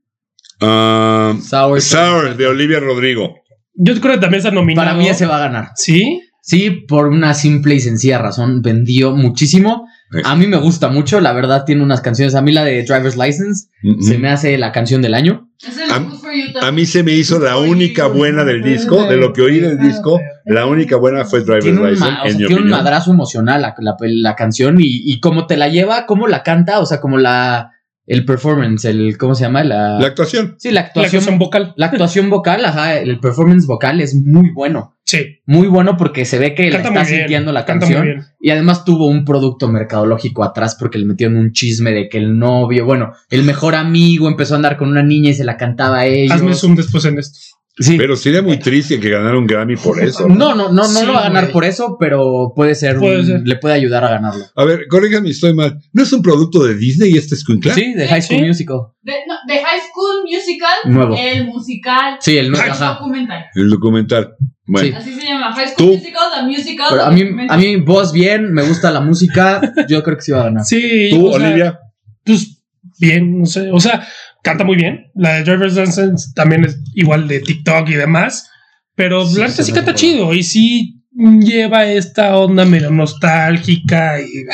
Ah,
Sour. pues,
Sour de Olivia Rodrigo.
Yo creo que también está nominado.
Para mí ese va a ganar.
Sí.
Sí, por una simple y sencilla razón. Vendió muchísimo. A mí me gusta mucho. La verdad, tiene unas canciones. A mí la de Driver's License
Mm.
se me hace la canción del año.
Es el
A-
Good For You
A mí se me hizo la única buena del disco, de lo que oí del disco, la única buena fue Driver's
Tiene, un,
License,
ma- o
en
sea,
mi
tiene un
opinión.
madrazo emocional la, la- la canción y, y cómo te la lleva, cómo la canta, o sea, como la. El performance, el. ¿Cómo se llama? La,
La actuación.
sí, la
La
actuación.
canción vocal.
La actuación vocal, ajá, el performance vocal es muy bueno.
Sí.
Muy bueno porque se ve que la
Canta
está
muy bien.
sintiendo la
canta
canción.
muy bien.
Y además tuvo un producto mercadológico atrás porque le metieron un chisme de que el novio, bueno, el mejor amigo empezó a andar con una niña y se la cantaba a ellos.
Hazme zoom después en esto.
Sí.
Pero sería muy triste que ganara un Grammy por eso. ¿no?
no, no, no, no
Sí,
lo va a ganar
güey.
por eso, pero puede ser,
Puede
un-
ser.
le puede ayudar a ganarlo.
A ver, corrígame, estoy mal. ¿No es un producto de Disney este escuincla?
Sí, de High School
Sí.
Musical.
De, no, de High School Musical.
Nuevo.
El musical.
Sí, el nuevo,
el
ajá.
documental.
El documental. Bueno,
Sí.
Así se llama. High
Tú.
School Musical, The Musical.
Pero a mí, a
documental.
mí voz bien, me gusta la música, yo creo que sí va a ganar.
Sí.
tú,
o sea,
Olivia,
Pues bien, no sé. O sea, canta muy bien. La de Driver's License también es igual de TikTok y demás. Pero
Sí,
la
se
neta sí
ve
canta
muy buena.
chido y sí lleva esta onda medio nostálgica y eh,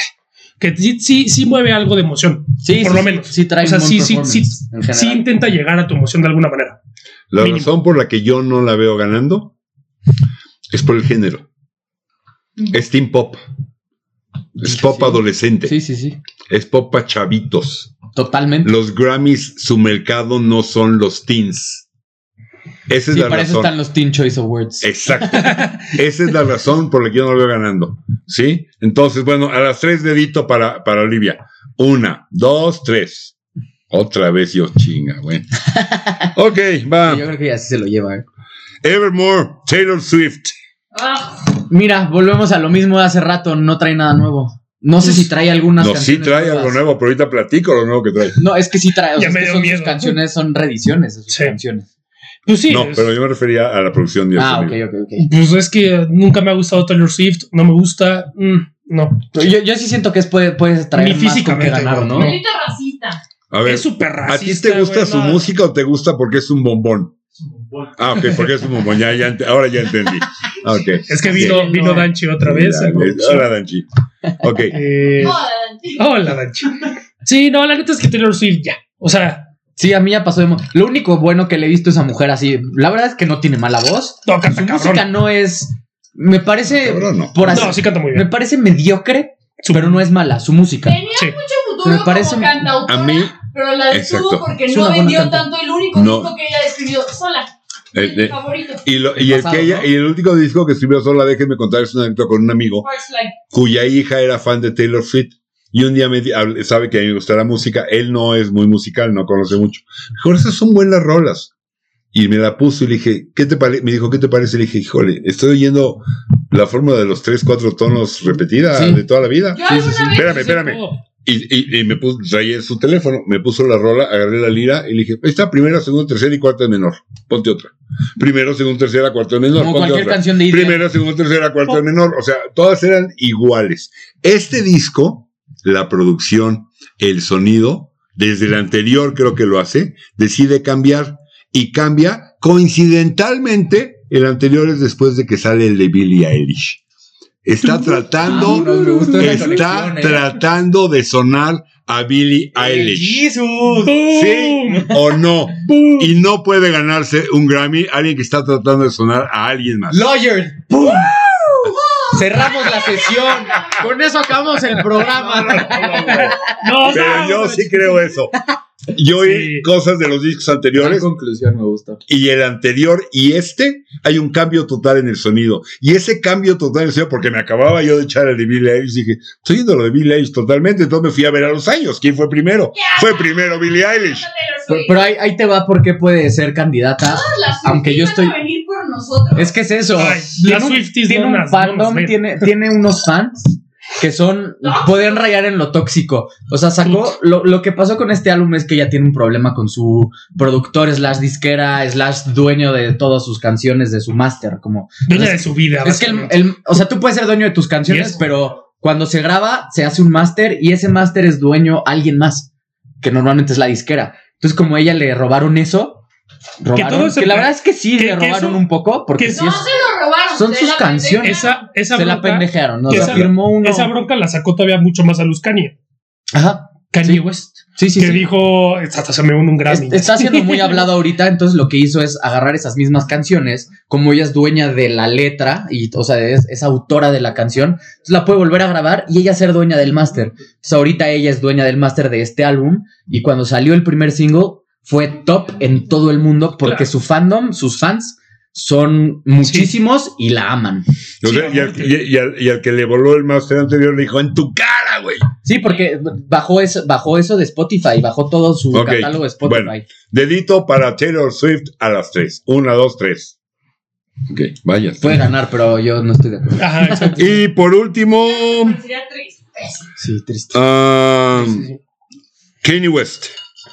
que sí, sí, sí mueve algo de emoción.
Sí,
Por
sí,
lo
sí,
menos.
Sí, trae
O sea,
un buen
sí, sí,
performance
sí,
en general.
Sí intenta llegar a tu emoción de alguna manera.
la
mínimo.
razón por la que yo no la veo ganando es por el género. Es teen pop. Es pop
Sí.
adolescente.
Sí, sí, sí.
Es pop para chavitos.
Totalmente.
los Grammys, su mercado no son los teens. Esa es
Sí,
la
para eso
razón.
están los Teen Choice Awards.
Exacto. Esa es la razón por la que yo no lo veo ganando. ¿Sí? Entonces, bueno, a las tres dedito para, para Olivia. Una, dos, tres. Otra vez yo chinga,
<laughs>
güey. Ok,
Sí,
va.
Yo creo que ya sí se lo lleva. ¿eh?
Evermore, Taylor Swift.
Ah,
Mira, volvemos a lo mismo de hace rato, no trae nada nuevo. No sé si trae algunas
No, sí trae algo
nuevas.
nuevo, pero ahorita platico lo nuevo que trae.
No, es que sí trae. o sea,
Ya
es
me
que
dio
son sus
miedo.
canciones son reediciones de sus
Sí.
canciones.
Pues sí.
No,
es-
pero yo me refería a la producción de
Ah, ok,
sonido.
ok, ok.
Pues es que nunca me ha gustado Taylor Swift, no me gusta. mm, no.
Pero Yo, yo sí siento que es, puede, puede traer
Ni
más con
físicamente,
que ganar, ¿no?
güey,
maldito racista.
A ver,
es súper racista.
¿a ti te gusta
güey,
su
no.
música o te gusta porque es un bombón? Ah, ok, porque es un bombón. Ya, ya ent- ahora ya entendí. Ah, Ok.
Es que vino,
Sí.
vino Danchi otra vez.
Ya,
en producción.
Hola, Danchi.
<laughs>
Ok.
Eh,
Joder.
Hola, Danchi. Sí, no, la neta es que Taylor Swift ya. O sea,
Sí, a mí ya pasó de mo- Lo único bueno que le he visto a esa mujer así, la verdad es que no tiene mala voz.
no
Su
canta
música
cabrón.
no es. Me parece.
Cabrón, no.
Por así.
No, sí canta muy
Me
bien.
parece mediocre,
Su-
pero no es mala su música.
Tenía
Sí.
mucho futuro
Me parece-
como cantautora,
A mí-
pero la detuvo
Exacto.
porque
Es una
no
buena
vendió
cantante.
tanto el único
No.
disco que ella escribió sola.
Eh,
mi
eh,
favorito,
Y, lo-
El
y el
pasado,
que ella-
¿no?
y el último disco que escribió sola, déjenme contar, es una anécdota con un amigo
First Light.
cuya hija era fan de Taylor Swift. Y un día me di- hable- sabe que a mí me gusta la música. Él no es muy musical, no conoce mucho. Mejor esas son buenas rolas. y me la puso y le dije, ¿qué te parece? Me dijo, ¿qué te parece? Y le dije, híjole, estoy oyendo la fórmula de los tres, cuatro tonos repetida
Sí.
de toda la vida.
Yo alguna vez.
Espérame, espérame. Y, y- y me puso, traía su teléfono, me puso la rola, agarré la lira y le dije, esta primera, segunda, tercera y cuarta de menor, ponte otra. Primero, segundo, tercera, cuarta de menor,
Como
ponte
cualquier
otra.
canción de Idea.
Primera, segunda, tercera, cuarta de menor, o sea, todas eran iguales. Este disco, la producción, el sonido, desde el anterior creo que lo hace, decide cambiar y cambia coincidentalmente, el anterior es después de que sale el de Billie Eilish.
<laughs>
Está tratando
Vámonos, Ah, me gustó esa
está
conexión, eh.
tratando de sonar a Billie Eilish.
Jesus.
¿Sí o no? Y no puede ganarse un Grammy alguien que está tratando de sonar a alguien más.
Lawyers. ¡Pum! Cerramos la sesión. Con eso acabamos el programa.
No,
Pero yo sí creo eso. Yo oí
Sí.
cosas de los discos anteriores
conclusión me gusta.
y el anterior y este, hay un cambio total en el sonido. Y ese cambio total en el sonido, porque me acababa yo de echar el de Billie Eilish, dije, estoy yendo lo de Billie Eilish totalmente, entonces me fui a ver a los años. ¿Quién fue primero? Fue primero Billie Eilish.
Pero, pero ahí, ahí te va porque puede ser candidata. aunque yo estoy-
Van a venir por nosotros.
Es que es eso.
Ay,
tiene
las
un,
Swifties
tiene
no
un
las- no
fandom,
las ven.
tiene, tiene unos fans que son. Podrían rayar en lo tóxico. O sea, sacó. Lo, lo que pasó con este álbum es que ella tiene un problema con su productor, slash disquera, slash dueño de todas sus canciones, de su máster. Como
Dueña de su vida.
Es que el, el- o sea, tú puedes ser dueño de tus
Y
canciones,
eso.
pero cuando se graba, se hace un máster y ese máster es dueño alguien más, que normalmente es la disquera. Entonces, como a ella le robaron eso, robaron,
todo
que,
se
la
pe-
verdad es que sí
que-
le
que
robaron
eso-
un poco, porque
que
sí
no
es-
se lo robaron.
son
se
sus
la
canciones.
esa, esa
se la
bronca-
pendejearon, ¿no?
que
O sea,
esa-
firmó uno.
Esa bronca la sacó todavía mucho más a Luz Kanye.
Ajá.
Kanye
Sí.
West.
Sí, sí,
que
sí.
dijo, hasta se me une un Grammy.
Es- Está siendo muy <laughs> hablado ahorita, entonces lo que hizo es agarrar esas mismas canciones, como ella es dueña de la letra, y, o sea, es, es autora de la canción, entonces la puede volver a grabar y ella ser dueña del máster. Entonces ahorita ella es dueña del máster de este álbum, y cuando salió el primer single fue top en todo el mundo porque
Claro.
su fandom, sus fans, son muchísimos y la aman.
O
Sí,
sea,
a
y, al,
muerte.
y- y al- y al que le voló el máster anterior le dijo, en tu cara, güey.
Sí, porque bajó eso, bajó eso de Spotify, bajó todo su
Ok,
catálogo de Spotify.
bueno. Dedito para Taylor Swift a las tres. Una, dos, tres. Ok, vaya.
Puede ganar, pero yo no estoy de acuerdo.
<laughs> Ajá, exacto.
Y por último,
Sería triste.
Sí, triste.
ah, Kanye West.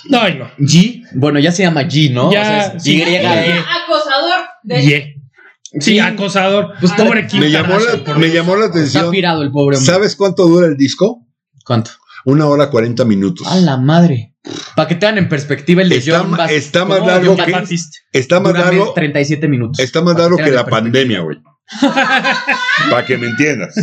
No, ay, no.
G, bueno, ya se llama G, ¿no?
Ya,
o sea, es
sí,
Y.
ya,
eh.
ya.
Acosador. De
Yeah. Sí, acosador.
Pues
Pobre Kim
Me llamó
Kardashian,
la,
por
me
Dios.
llamó la
Está
atención.
pirado el pobre hombre.
¿Sabes cuánto dura el disco?
¿Cuánto?
Una hora cuarenta minutos.
A la madre. Para que tengan en perspectiva el de
Está
John
ma-
Bas-
está más
¿Cómo?
largo
John
que-
Batiste.
Está más
Dura
largo,
37 minutos.
está más
Para
largo que
tengan
la
en perspectiva.
pandemia, güey. Para que me entiendas.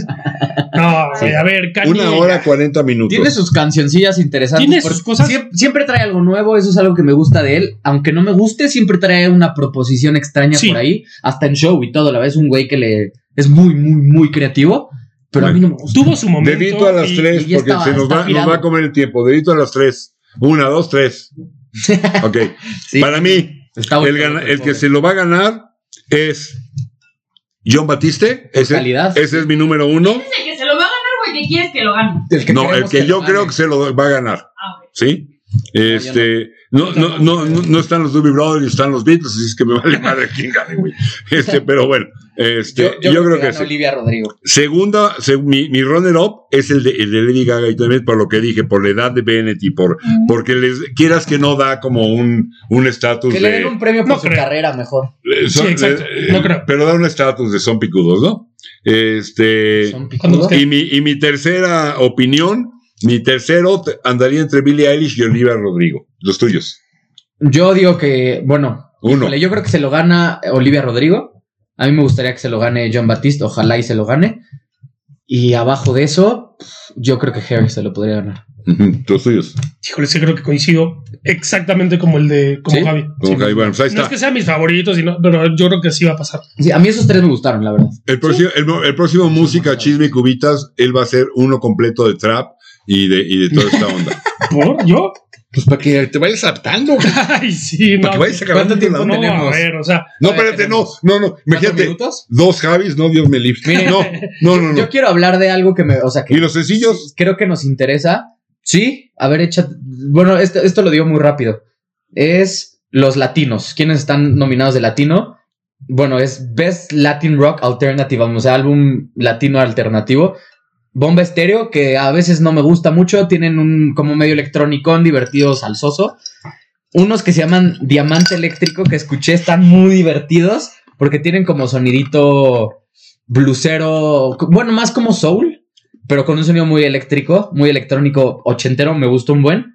No,
Sí.
a ver, Kanye.
Una hora cuarenta minutos.
Tiene sus cancioncillas interesantes.
Tiene
porque
sus cosas.
siem- Siempre trae algo nuevo, eso es algo que me gusta de él. Aunque no me guste, siempre trae una proposición extraña
Sí.
por ahí. Hasta en show y todo. La verdad es un güey que le es muy, muy, muy creativo. Pero a mí no me gusta.
Tuvo su momento.
Dedito a las
y-
tres,
y ya
porque
estaba-
se nos
está
va, nos
pirado.
va a comer el tiempo. Dedito a las tres. Una, dos, tres. Ok.
Sí,
Para mí,
está
el,
bonito,
gana- el que
pobre.
se lo va a ganar es John Batiste. Ese,
calidad.
ese es mi número uno.
Ese es el que se lo va a ganar o el que quieres que lo gane.
No, el
queremos
que yo
lo
creo
gane.
que se lo va a ganar.
Ah, ok.
¿Sí? Este, no, no, no, no, no están los Doobie Brothers, están los Beatles, así es que me vale madre quién gane, güey. Este, pero bueno, este, yo, creo que
gana
sí.
Olivia Rodrigo.
Segunda, se- mi, mi runner-up es el de, el de Lady Gaga y también por lo que dije, por la edad de Bennett y por, porque les, quieras que no da como un, un estatus
Que le den
de,
un premio por
No
su
creo.
carrera mejor.
eh, son-
Sí, exacto,
eh,
no creo.
pero da un estatus de son picudos, ¿no? Este,
Son
cuando
picudos.
los
y mi, y mi tercera opinión, mi tercero te- andaría entre Billie Eilish y Olivia Rodrigo, los tuyos.
Yo digo que, bueno,
Uno.
híjole, yo creo que se lo gana Olivia Rodrigo. A mí me gustaría que se lo gane John Batiste, ojalá y se lo gane. Y abajo de eso, yo creo que Harry se lo podría ganar.
Ujú, Los tuyos.
Híjole, sí creo que coincido exactamente como el de como
¿Sí?
Javi.
Como que ahí, bueno, pues ahí
No
está.
es que sean mis favoritos, sino, pero yo creo que sí va a pasar.
Sí, a mí esos tres me gustaron, la verdad.
El próximo, el, mo- el próximo música, chisme y cubitas, él va a ser uno completo de trap y de, y de toda esta onda.
¿Por? ¿Yo?
<laughs>
<laughs>
Pues para que.
te vayas adaptando,
Ay, sí, no.
para que vayas
¿Cuánto
acabando
tiempo
la onda.
no,
tenemos?
a ver, o sea,
No, espérate, no, no, no. Imagínate,
minutos?
dos Javis, no, Dios me libre.
Miren.
No, no, no,
Yo
no.
quiero hablar de algo que me. O sea, que
Y los sencillos,
creo que nos interesa. Sí, a ver, echa. Bueno, esto, esto lo digo muy rápido. Es los latinos. ¿Quiénes están nominados de latino? Bueno, es Best Latin Rock Alternative, o sea, álbum latino alternativo. Bomba Estéreo, que a veces no me gusta mucho, tienen un como medio electrónico divertido, salsoso. Unos que se llaman Diamante Eléctrico, que escuché, están muy divertidos, porque tienen como sonidito blusero, bueno, más como soul, pero con un sonido muy eléctrico, muy electrónico ochentero, me gusta un buen.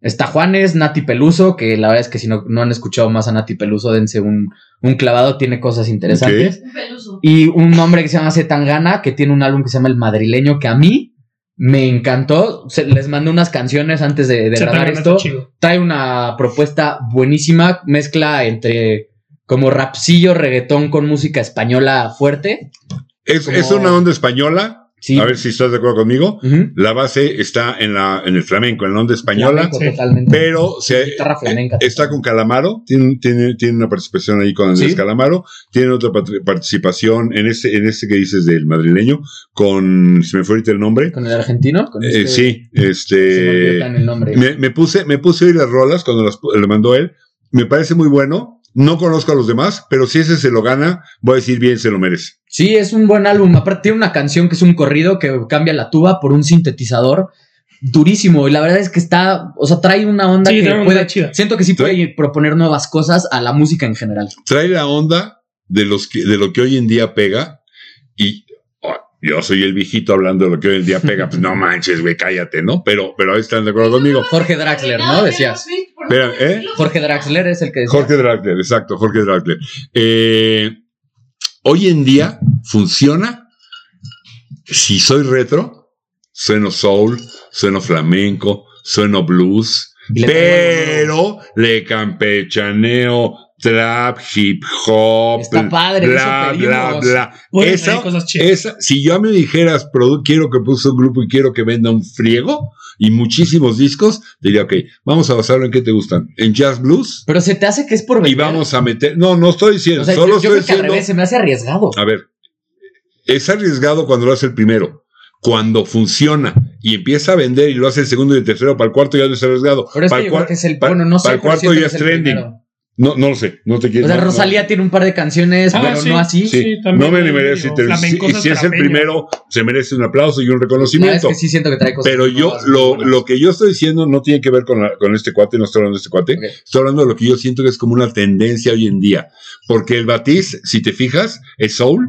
Está Juanes, Nati Peluso, que la verdad es que si no, no han escuchado más a Nati Peluso, dense un, un clavado, tiene cosas interesantes.
Un peluso.
Y un hombre que se llama Zetangana, que tiene un álbum que se llama El Madrileño, que a mí me encantó. Se- les mandé unas canciones antes de, de
Se
grabar
tardan, está
esto.
chido.
Trae una propuesta buenísima, mezcla entre como rapsillo, reggaetón con música española fuerte.
Es,
Como-
es una onda española.
Sí.
A ver si estás de acuerdo conmigo.
Ujú.
La base está en, la, en el flamenco, en la onda española.
Flamenco,
Sí.
totalmente.
Pero se,
Guitarra flamenca.
Eh, Está con Calamaro, tiene, tiene, tiene una participación ahí con Andrés
Sí.
Calamaro, tiene otra pat- participación en este, en este que dices del madrileño, con, se me fue ahorita el nombre,
con el argentino. Con
Eh,
este-
sí,
se me olvidó
este,
tan el nombre.
me, me puse, me puse a oír las rolas cuando las pu- le mandó él, me parece muy bueno, no conozco a los demás, pero si ese se lo gana, voy a decir bien, se lo merece.
Sí, es un buen álbum. Aparte tiene una canción que es un corrido que cambia la tuba por un sintetizador durísimo. Y la verdad es que está, o sea, trae una onda
Sí,
que
trae una
puede-
onda chida.
Siento que sí puede proponer nuevas cosas a la música en general.
Trae la onda de los que, de lo que hoy en día pega y oh, yo soy el viejito hablando de lo que hoy en día pega,
<laughs>
pues no manches, güey, cállate, ¿no? Pero, pero ahí están de acuerdo conmigo.
Jorge Draxler, Pues, ¿no? Decías.
Espera, ¿eh?
Jorge Draxler es el que decía.
Jorge Dragler, exacto, Jorge Dragler. Eh, hoy en día funciona. Si soy retro, sueno soul, sueno flamenco, sueno blues,
Y le traigo algo
pero le campechaneo trap, hip hop,
Está padre,
bla,
eso
bla,
pedimos.
bla.
Pueden
Eso-
traer cosas chidas.
esa, si yo me dijeras, produ- quiero que puse un grupo y quiero que venda un friego y muchísimos discos, diría, ok, vamos a basarlo en qué te gustan. En jazz blues
Pero se te hace que es por
y
vender.
vamos a meter. No, no estoy diciendo,
O sea,
solo
yo, yo
estoy diciendo. Ah,
creo que al revés, se me hace arriesgado.
A ver, es arriesgado cuando lo hace el primero. Cuando funciona y empieza a vender y lo hace el segundo y el tercero, para el cuarto ya no es arriesgado.
Pero es
Para
que
el
yo
cua-
creo que es el
para-
bueno, no sé.
para el
pero
cuarto
siento
ya
que
es
el
trending.
primero.
no, no lo sé, no te quiero.
O sea,
no, no.
Rosalía tiene un par de canciones,
Ah,
pero
sí.
no así.
Sí,
Sí,
no
también
me
hay
merece.
medio
te- si-
flamencosas
Y si es el
trapeñas.
primero, se merece un aplauso y un
La verdad
reconocimiento.
es que sí siento que trae cosas.
Pero yo,
nuevas, muy
lo,
buenas.
lo que yo estoy diciendo no tiene que ver con, la- con este cuate, no estoy hablando de este cuate,
Ok.
estoy hablando de lo que yo siento que es como una tendencia hoy en día. Porque el batiz, si te fijas, es soul,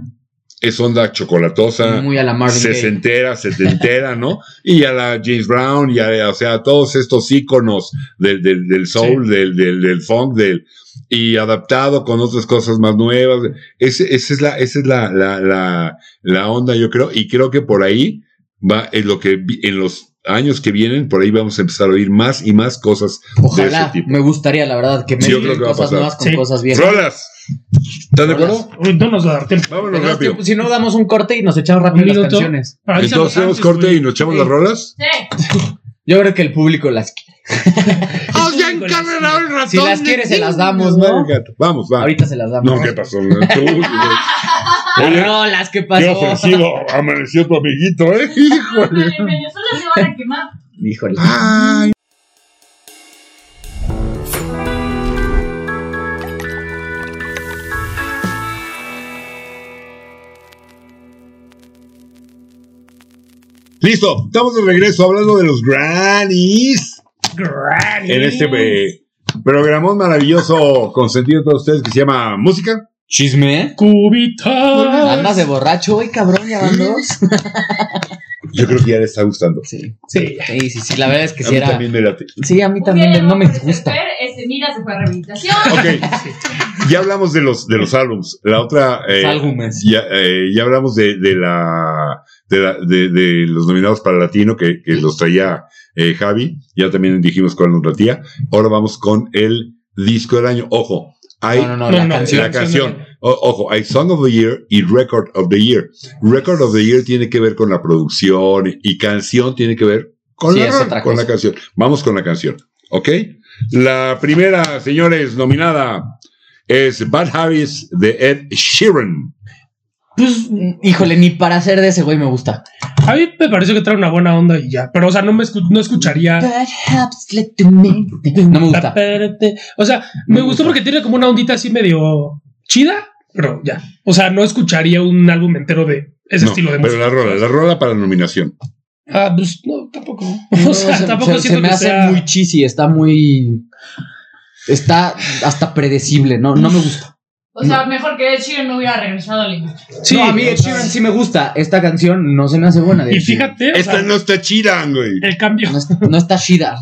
es onda chocolatosa,
muy a la Marvin Gaye.
sesentera, setentera, ¿no? Y a la James Brown, y a, o sea, a todos estos íconos del, del, del soul, del, del, del funk, del, y adaptado con otras cosas más nuevas. Ese- esa es, la, esa es la, la, la, la onda, yo creo, y creo que por ahí va, en lo que vi- en los años que vienen, por ahí vamos a empezar a oír más y más cosas de
Ojalá,
ese tipo.
me gustaría, la verdad, que me
Sí, yo creo que va a
cosas
pasar.
nuevas con
Sí.
cosas viejas.
¡Rolas! ¿Estás de acuerdo?
Uy, no nos va a dar tiempo.
Vámonos
Tenemos
rápido.
tiempo, si no, damos un corte y nos echamos rápido
Un
las
minuto.
canciones.
Pero avísanos
Entonces hacemos
antes,
corte
güey.
y nos echamos
Sí.
las rolas.
Sí.
Yo creo que el público las quiere.
¡Ah, ya
Híjole,
encarrerado el ratón!
Si las quieres, se las damos, ¿no?
Vamos, vamos.
Ahorita se las damos.
Ah.
Ah,
No, ¿qué pasó? Tú, güey.
Las
Oye,
rolas, ¿qué
qué
pasó?
ofensivo amaneció tu amiguito, ¿eh? <laughs> Híjole.
Ándale, medio solo se van a quemar.
<laughs> Híjole.
Ah. Ay. Listo, estamos de regreso hablando de los grannies
Granny.
en este eh, programón maravilloso consentido de todos ustedes que se llama Música.
¿Chisme?
Cubitas.
Andas de borracho, güey, cabrón, ya van <laughs> dos.
Yo creo que ya les está gustando.
Sí.
Sí.
Sí, sí, sí, la verdad es que
A
sí
mí
era.
también me late.
Sí, a mí
Hubiera
también no me
llamado por
gusta.
Esper, Ese mira se fue a rehabilitación.
Ok, ya hablamos de los de los álbums. La otra eh,
Álbumes.
ya, eh, ya hablamos de, de la de, la- de- de los nominados para latino que, que los traía eh, Javi. Ya también dijimos cuál nos latía. Ahora vamos con el disco del año. Ojo, hay
No, no, no, la canción.
la canción. eh. o- ojo, hay Song of the Year y Record of the Year. Record of the Year tiene que ver con la producción y canción tiene que ver con,
Sí,
la,
es
rola,
otra
con la
cosa.
canción. Vamos con la canción, ¿ok? La primera, señores, nominada es Bad Habits de Ed Sheeran.
Pues
Híjole, ni para ser de ese güey me gusta.
a mí me pareció que trae una buena onda y ya. Pero, o sea, no me escu- no escucharía.
Perhaps let me- No me gusta.
O sea,
No me
me
gusta.
gustó porque tiene como una ondita así medio chida, pero ya. O sea, no escucharía un álbum entero de ese
No,
estilo de
pero
música.
la rola, la rola para nominación.
Ah, pues no, tampoco.
No,
<laughs> <laughs> o sea,
se-
tampoco
se, se
siento
me
que
hace
sea
muy cheesy, está muy. Está hasta predecible, no, no me gusta.
O sea, mejor que Ed Sheeran no hubiera regresado al industria.
<laughs> Sí,
No, a mí
o
Ed
sea,
Sheeran sí me gusta. Esta canción no se me hace buena. de
Y
Ed Sheeran.
fíjate, o
Esta
sea,
no está chida, güey.
el cambio,
No, es- no está chida.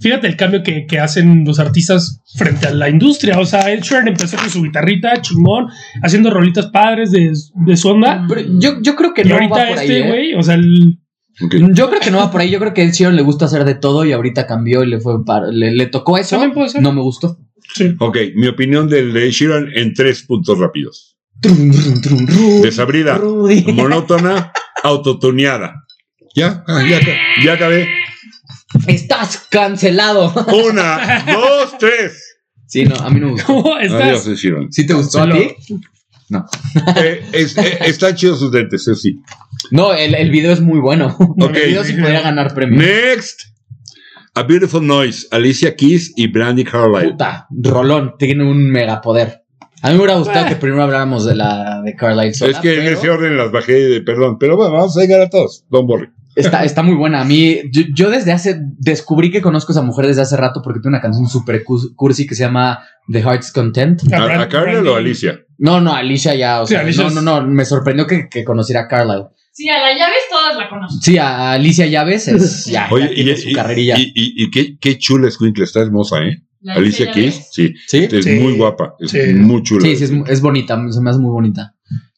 fíjate el cambio que, que hacen los artistas frente a la industria. O sea, Ed Sheeran empezó con su guitarrita, chingón, haciendo rolitas padres de, de su onda.
Pero yo, yo creo que
Y
no
ahorita
va por
este,
ahí. ¿eh?
güey, o sea, el- <laughs>
Ok.
Yo creo que no va por ahí. Yo creo que a Ed Sheeran le gusta hacer de todo y ahorita cambió y le fue para- le, le tocó eso.
También puede ser.
No me gustó.
sí.
Ok, mi opinión del de Sheeran en tres puntos rápidos.
Trum, trum, trum, Rudy,
Desabrida,
Rudy.
monótona, autotuneada. Ya, ah, ya, acá- ya acabé.
Estás cancelado.
Una, dos, tres.
Sí, no, a mí no me gustó.
¿Cómo
Adiós,
estás?
Ed Sheeran.
¿Sí te gustó
Solo-
a ti?
Eh, es- eh, están chidos sus dentes, eso sí.
No, el, el video es muy bueno.
Ok.
El video sí podría ganar premio.
Next. A Beautiful Noise, Alicia Keys y Brandy Carlyle.
Puta, Rolón tiene un megapoder. A mí me hubiera gustado
Ah.
que primero habláramos de la de Carlisle Sola,
Es que en
Ah, pero
ese orden las bajé, de, perdón, pero bueno, vamos a llegar a todos. Don't worry.
está, está muy buena. A mí, yo, yo desde hace, descubrí que conozco a esa mujer desde hace rato porque tiene una canción super cus- cursi que se llama The Heart's Content.
¿A,
Brand-
a Carlyle o a
Brandy-
Alicia?
No, no, Alicia ya, o
Sí,
sea,
Alicia
no, no,
es-
no, me sorprendió que, que conociera a Carlisle.
Sí, a la llaves todas la conocen.
Sí, a a Alicia Llaves
<laughs>
es, ya, ya
Oye, y,
tiene su
y-
carrerilla.
y- y- y qué, qué chula es Quintle, está hermosa, ¿eh?
La
Alicia
Llaves.
Keys, sí,
¿Sí?
es
Sí.
muy guapa, es
Sí.
muy chula.
Sí, sí, es, mu- es bonita, se me hace muy bonita.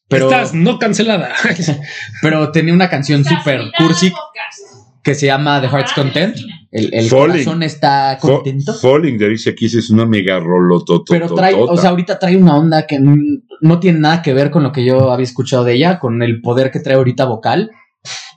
Pero,
Estás no cancelada. <laughs>
pero tenía una canción
Las
super
invitadas
cursi
podcast.
que se llama The Heart's Content. El, el
Falling.
corazón está
Fo-
contento.
Falling de Alicia Keys es una mega rolototota.
Pero trae, o sea, ahorita trae una onda que n- no tiene nada que ver con lo que yo había escuchado de ella, con el poder que trae ahorita vocal.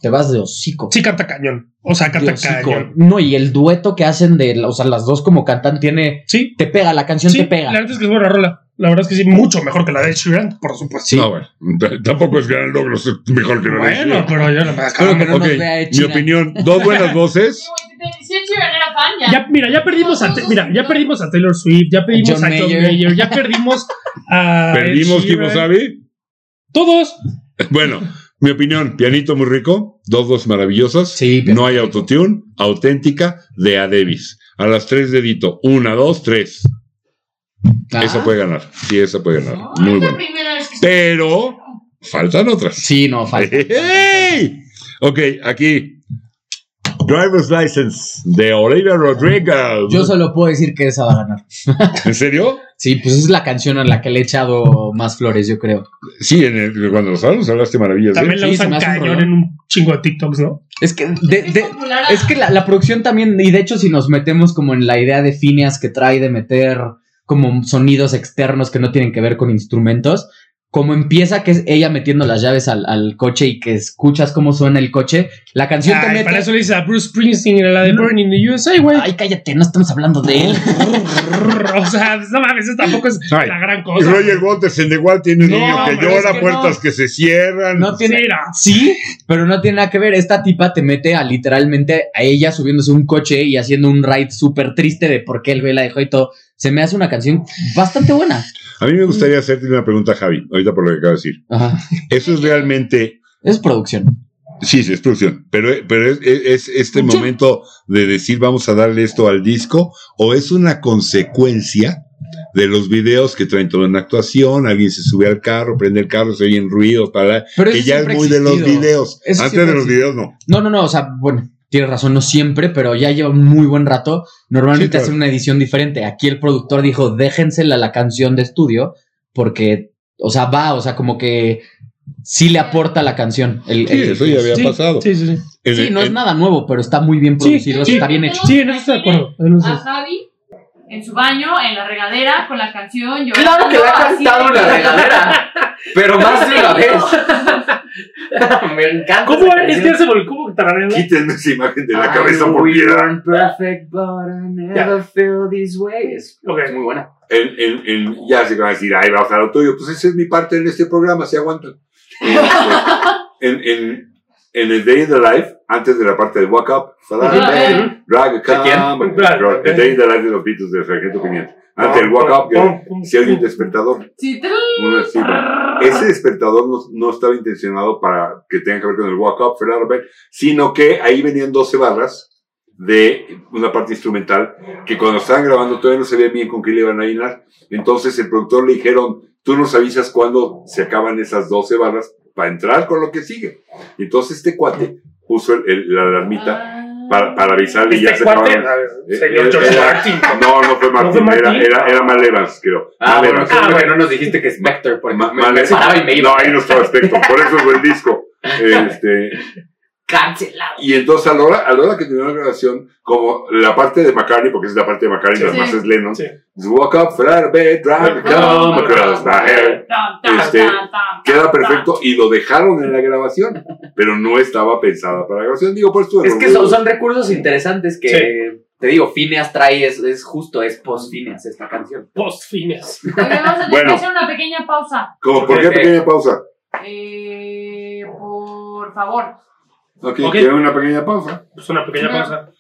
Te vas de hocico.
Sí, canta cañón. O sea,
de
canta
hocico.
cañón.
No, y el dueto que hacen de, la- o sea, las dos como cantan, tiene,
Sí,
te pega, la canción
sí.
te pega.
La verdad es que es buena rola. La verdad es que sí, mucho mejor que la de Ed Sheeran, por supuesto.
No, bueno, t- tampoco es gran logro ser mejor que la de
Bueno,
Alicia.
pero yo no me
Espero que pues, no
Ok,
nos vea Ed
mi
Sheeran.
opinión, dos buenas voces.
<laughs>
Si Ed Sheeran era fan, ya.
Ya, mira, ya perdimos a Te- mira, ya perdimos a Taylor Swift, ya perdimos
John
a John Mayer.
Mayer.
ya perdimos a Ed
<laughs> Perdimos,
Sheeran.
Kimo Sabi. <laughs>
Todos.
Bueno, mi opinión, pianito muy rico, dos dos maravillosas.
Sí,
no hay autotune, auténtica de A Davis. A las tres dedito, una, dos, tres.
Ah,
Esa puede ganar. Sí, esa puede ganar.
No,
Muy
es la
buena.
primera vez que-
Pero faltan otras.
Sí,
<laughs>
no, falta.
¡Ey! Ok, aquí. Driver's License de Olivia Rodrigo.
Yo solo puedo decir que esa va a ganar.
¿En serio?
Sí, pues es la canción a la que le he echado más flores, yo creo.
Sí, en el- cuando los hablamos hablaste maravillas. ¿eh?
También la
Sí, se
usan
me hace un
cañón
rolón.
en un chingo de TikToks, ¿no?
Es que de-
Es
de-
popular a-
es que la, la producción también, y de hecho, si nos metemos como en la idea de Phineas que trae de meter como sonidos externos que no tienen que ver con instrumentos, como empieza que es ella metiendo las llaves al, al coche y que escuchas cómo suena el coche, la canción te
Ay,
mete.
para eso le dice a Bruce Springsteen en la de Burning in the USA, güey.
Ay, cállate, no estamos hablando de
<laughs>
él.
O sea, no mames, eso tampoco es
Ay,
la gran
Y
cosa.
Roger Waters en The Wall tiene un
No,
niño que
pero
llora,
es que
puertas
no.
que se cierran.
No tiene.
Mira.
Sí, pero no tiene nada que ver. Esta tipa te mete a literalmente a ella subiéndose a un coche y haciendo un ride súper triste de por qué el güey la dejó y todo. Se me hace una canción bastante buena.
A mí me gustaría hacerte una pregunta, Javi, ahorita por lo que acabo de decir.
Ajá.
Eso es realmente.
Es producción.
Sí, sí, es producción. Pero, pero es, es- es este momento de decir vamos a darle esto al disco, o es una consecuencia de los videos que traen toda una actuación, alguien se sube al carro, prende el carro, se oyen ruidos, para
Pero
que
eso
ya es
siempre ha
muy de los
existido.
videos.
Eso
Antes
siempre
de los
ha
videos no.
No, no, no, o sea, bueno, tienes razón, no siempre, pero ya lleva un muy buen rato.
Sí,
Normalmente
claro.
hacen una edición diferente. Aquí el productor dijo, déjensela la canción de estudio, porque, o sea, va, o sea, como que sí le aporta a la canción. El,
Sí,
el-
eso ya había
Sí,
pasado.
Sí, sí, sí.
En-
Sí, no es
en-
nada nuevo, pero está muy bien
Sí,
producido,
sí.
está bien hecho.
Ah.
Sí, en eso estoy de acuerdo. en eso.
A Javi en su baño, en la regadera, con la canción. Llorando,
<laughs> Claro que la ha
así de-
cantado en la regadera, pero más de una vez. <laughs> Me encanta.
¿Cómo
esa
es que
canción.
se volcó? Tararela.
Quítenme esa imagen de la
I
cabeza
know
por
we
piedad.
weren't perfect, but I never feel this way. Es,
Ok.
es muy buena.
En, en, en- ya se van a decir, ay, va a usar lo tuyo. Pues esa es mi parte en este programa, se
<laughs>
aguantan. en, en, en el Day in the Life, antes de la parte de Walk
Ah,
Up, Saturday
Ajá.
eh,
Night,
Ujú.
Drag Cam,
Claro.
el Day in the Life de los Beatles del Sargento 500. Antes del Walk Up, que si hay un despertador.
Sí, tru-
uno así, ¿no? Ese despertador no, no estaba intencionado para que tenga que ver con el Walk Up, Ferrari Bell, sino que ahí venían 12 barras de una parte instrumental que cuando estaban grabando todavía no sabían bien con qué le iban a llenar. Entonces el productor le dijeron, tú nos avisas cuando se acaban esas 12 barras para entrar con lo que sigue. Y entonces este cuate puso el- el- la alarmita
Ah.
para, para avisarle y ya
Este
se
cuate,
acabaron.
a ver, señor
Eh,
George
era-
Martin.
No, no fue Martín, era,
Martín?
era, era Mal Evans, creo.
Ah,
Mal
bueno,
Evans.
qué bueno que no nos dijiste que Spectre, porque
Ma-
me,
mal-
me paraba y me iba.
No, ahí no estaba Spector, por eso fue el disco. Este,
<laughs> Cancelado.
y entonces a la, hora, a la hora que terminó la grabación, como la parte de McCartney, porque es la parte de McCartney,
Sí.
las más es Lennon,
Sí.
es Walk Up, Flar, Bed, Drive, Come Across the Hair.
Tan, tan,
Este,
tan, tan,
Queda
tan,
perfecto y lo dejaron en la grabación, pero no estaba pensada para la grabación. Digo, pues tú.
Es que son, son recursos interesantes que,
Sí.
te digo, Phineas trae, es, es justo, es post-Phineas esta canción.
Post fines.
tan. Oigan, vamos a tener
Bueno.
que hacer una pequeña pausa.
Como, ¿Por qué
Ok.
pequeña pausa?
Eh, por favor.
Ok,
Ok.
¿quieren una pequeña pausa?
Pues una pequeña pausa.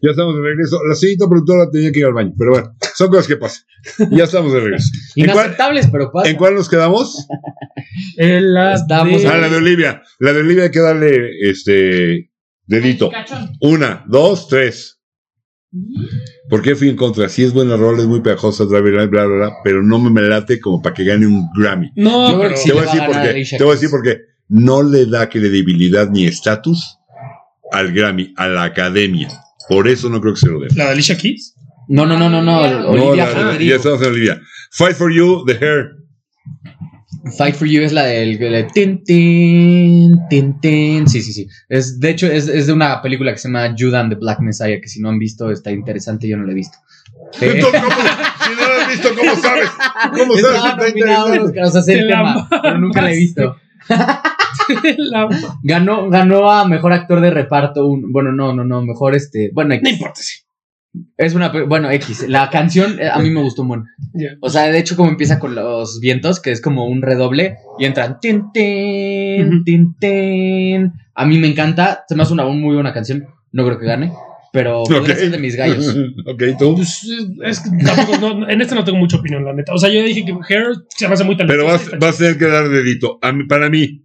Ya estamos de regreso. La señorita productora tenía que ir al baño, pero bueno, son cosas que pasan. Ya estamos de regreso. ¿En cuál,
Inaceptables, pero pasa.
¿En cuál nos quedamos?
Estamos
Ah, la de Olivia. La de Olivia hay que darle este dedito.
Cachón.
Una, dos, tres. ¿Por qué fui en contra? Si es buena rola, es muy pegajosa, bla, bla, bla, bla, bla, pero no me late como para que gane un Grammy.
No,
Yo creo que
pero-
te,
sí.
voy
le
a
va
decir
a
por
ganar
qué.
Alicia
te voy a
Keys.
decir por qué. No le da credibilidad ni estatus al Grammy, a la academia. Por eso no creo que se lo dé.
La de Alicia Keys.
No, no, no, no, no.
No,
Olivia
no, la-
Federico.
ya estamos en Olivia. Fight for You, The Hair.
Fight for You es la del de tin tin tin tin. Sí, sí, sí. Es de hecho es, es de una película que se llama Judah and the Black Messiah que si no han visto está interesante, yo no la he visto. Eh,
Entonces, ¿cómo? si no lo has visto, ¿cómo sabes? ¿Cómo sabes?
estaba
que está
nominado a
interesante?
los que nos hace el
Te la
tema, pero nunca la he visto.
<laughs> La-
Ganó ganó a mejor actor de reparto un bueno, no, no, no, mejor este, bueno,
No
X.
importa, sí.
es una pe- bueno, X, la canción eh, a mí me gustó un buen.
Ya.
O sea, de hecho como empieza con los vientos que es como un redoble y entran tin tin
Ujú.
tin tin. A mí me encanta, se me hace una muy buena canción. No creo que gane, pero podría
Ok.
ser de mis gallos.
ok, tú.
Pues, eh, es que tampoco, no, no, en este no tengo mucha opinión, la neta. O sea, yo dije que Hair se me hace muy talentoso.
Pero vas, vas a tener que dar dedito. A mí, para mí,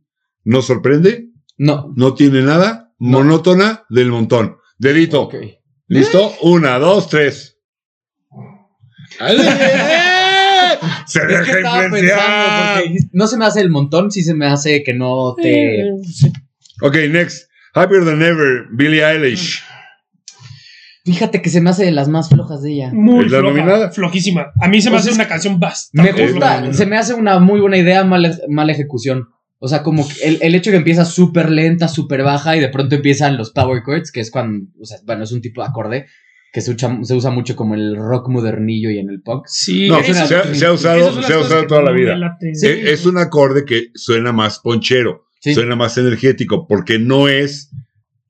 no sorprende,
No.
no tiene nada,
No.
monótona del montón. Dedito.
Ok.
¿Listo? Una, dos,
<laughs>
tres. Se
Es que
deja
estaba pensando,
influenciar.
porque dijiste- no se me hace el montón, sí se me hace que no te.
Eh, sí.
Ok, next. Happier than ever, Billie Eilish.
Fíjate que se me hace de las más flojas de ella.
Muy
¿Es la
floja,
nominada? Pues
flojísima. A mí se me hace una canción bastante
Me
Tampoco
floja.
gusta, se me hace una muy buena idea, mala, mala ejecución. O sea, como que el, el hecho que empieza súper lenta, súper baja y de pronto empiezan los power chords, que es cuando, o sea, bueno, es un tipo de acorde que se usa, se usa mucho como el rock modernillo y en el punk.
Sí,
No,
esas-
se ha, se ha
esas son
usado,
las
se ha
cosas
usado
que
toda
no
la
me
vida.
laten.
Sí.
E- Es un acorde que suena más ponchero,
Sí.
suena más energético, porque no es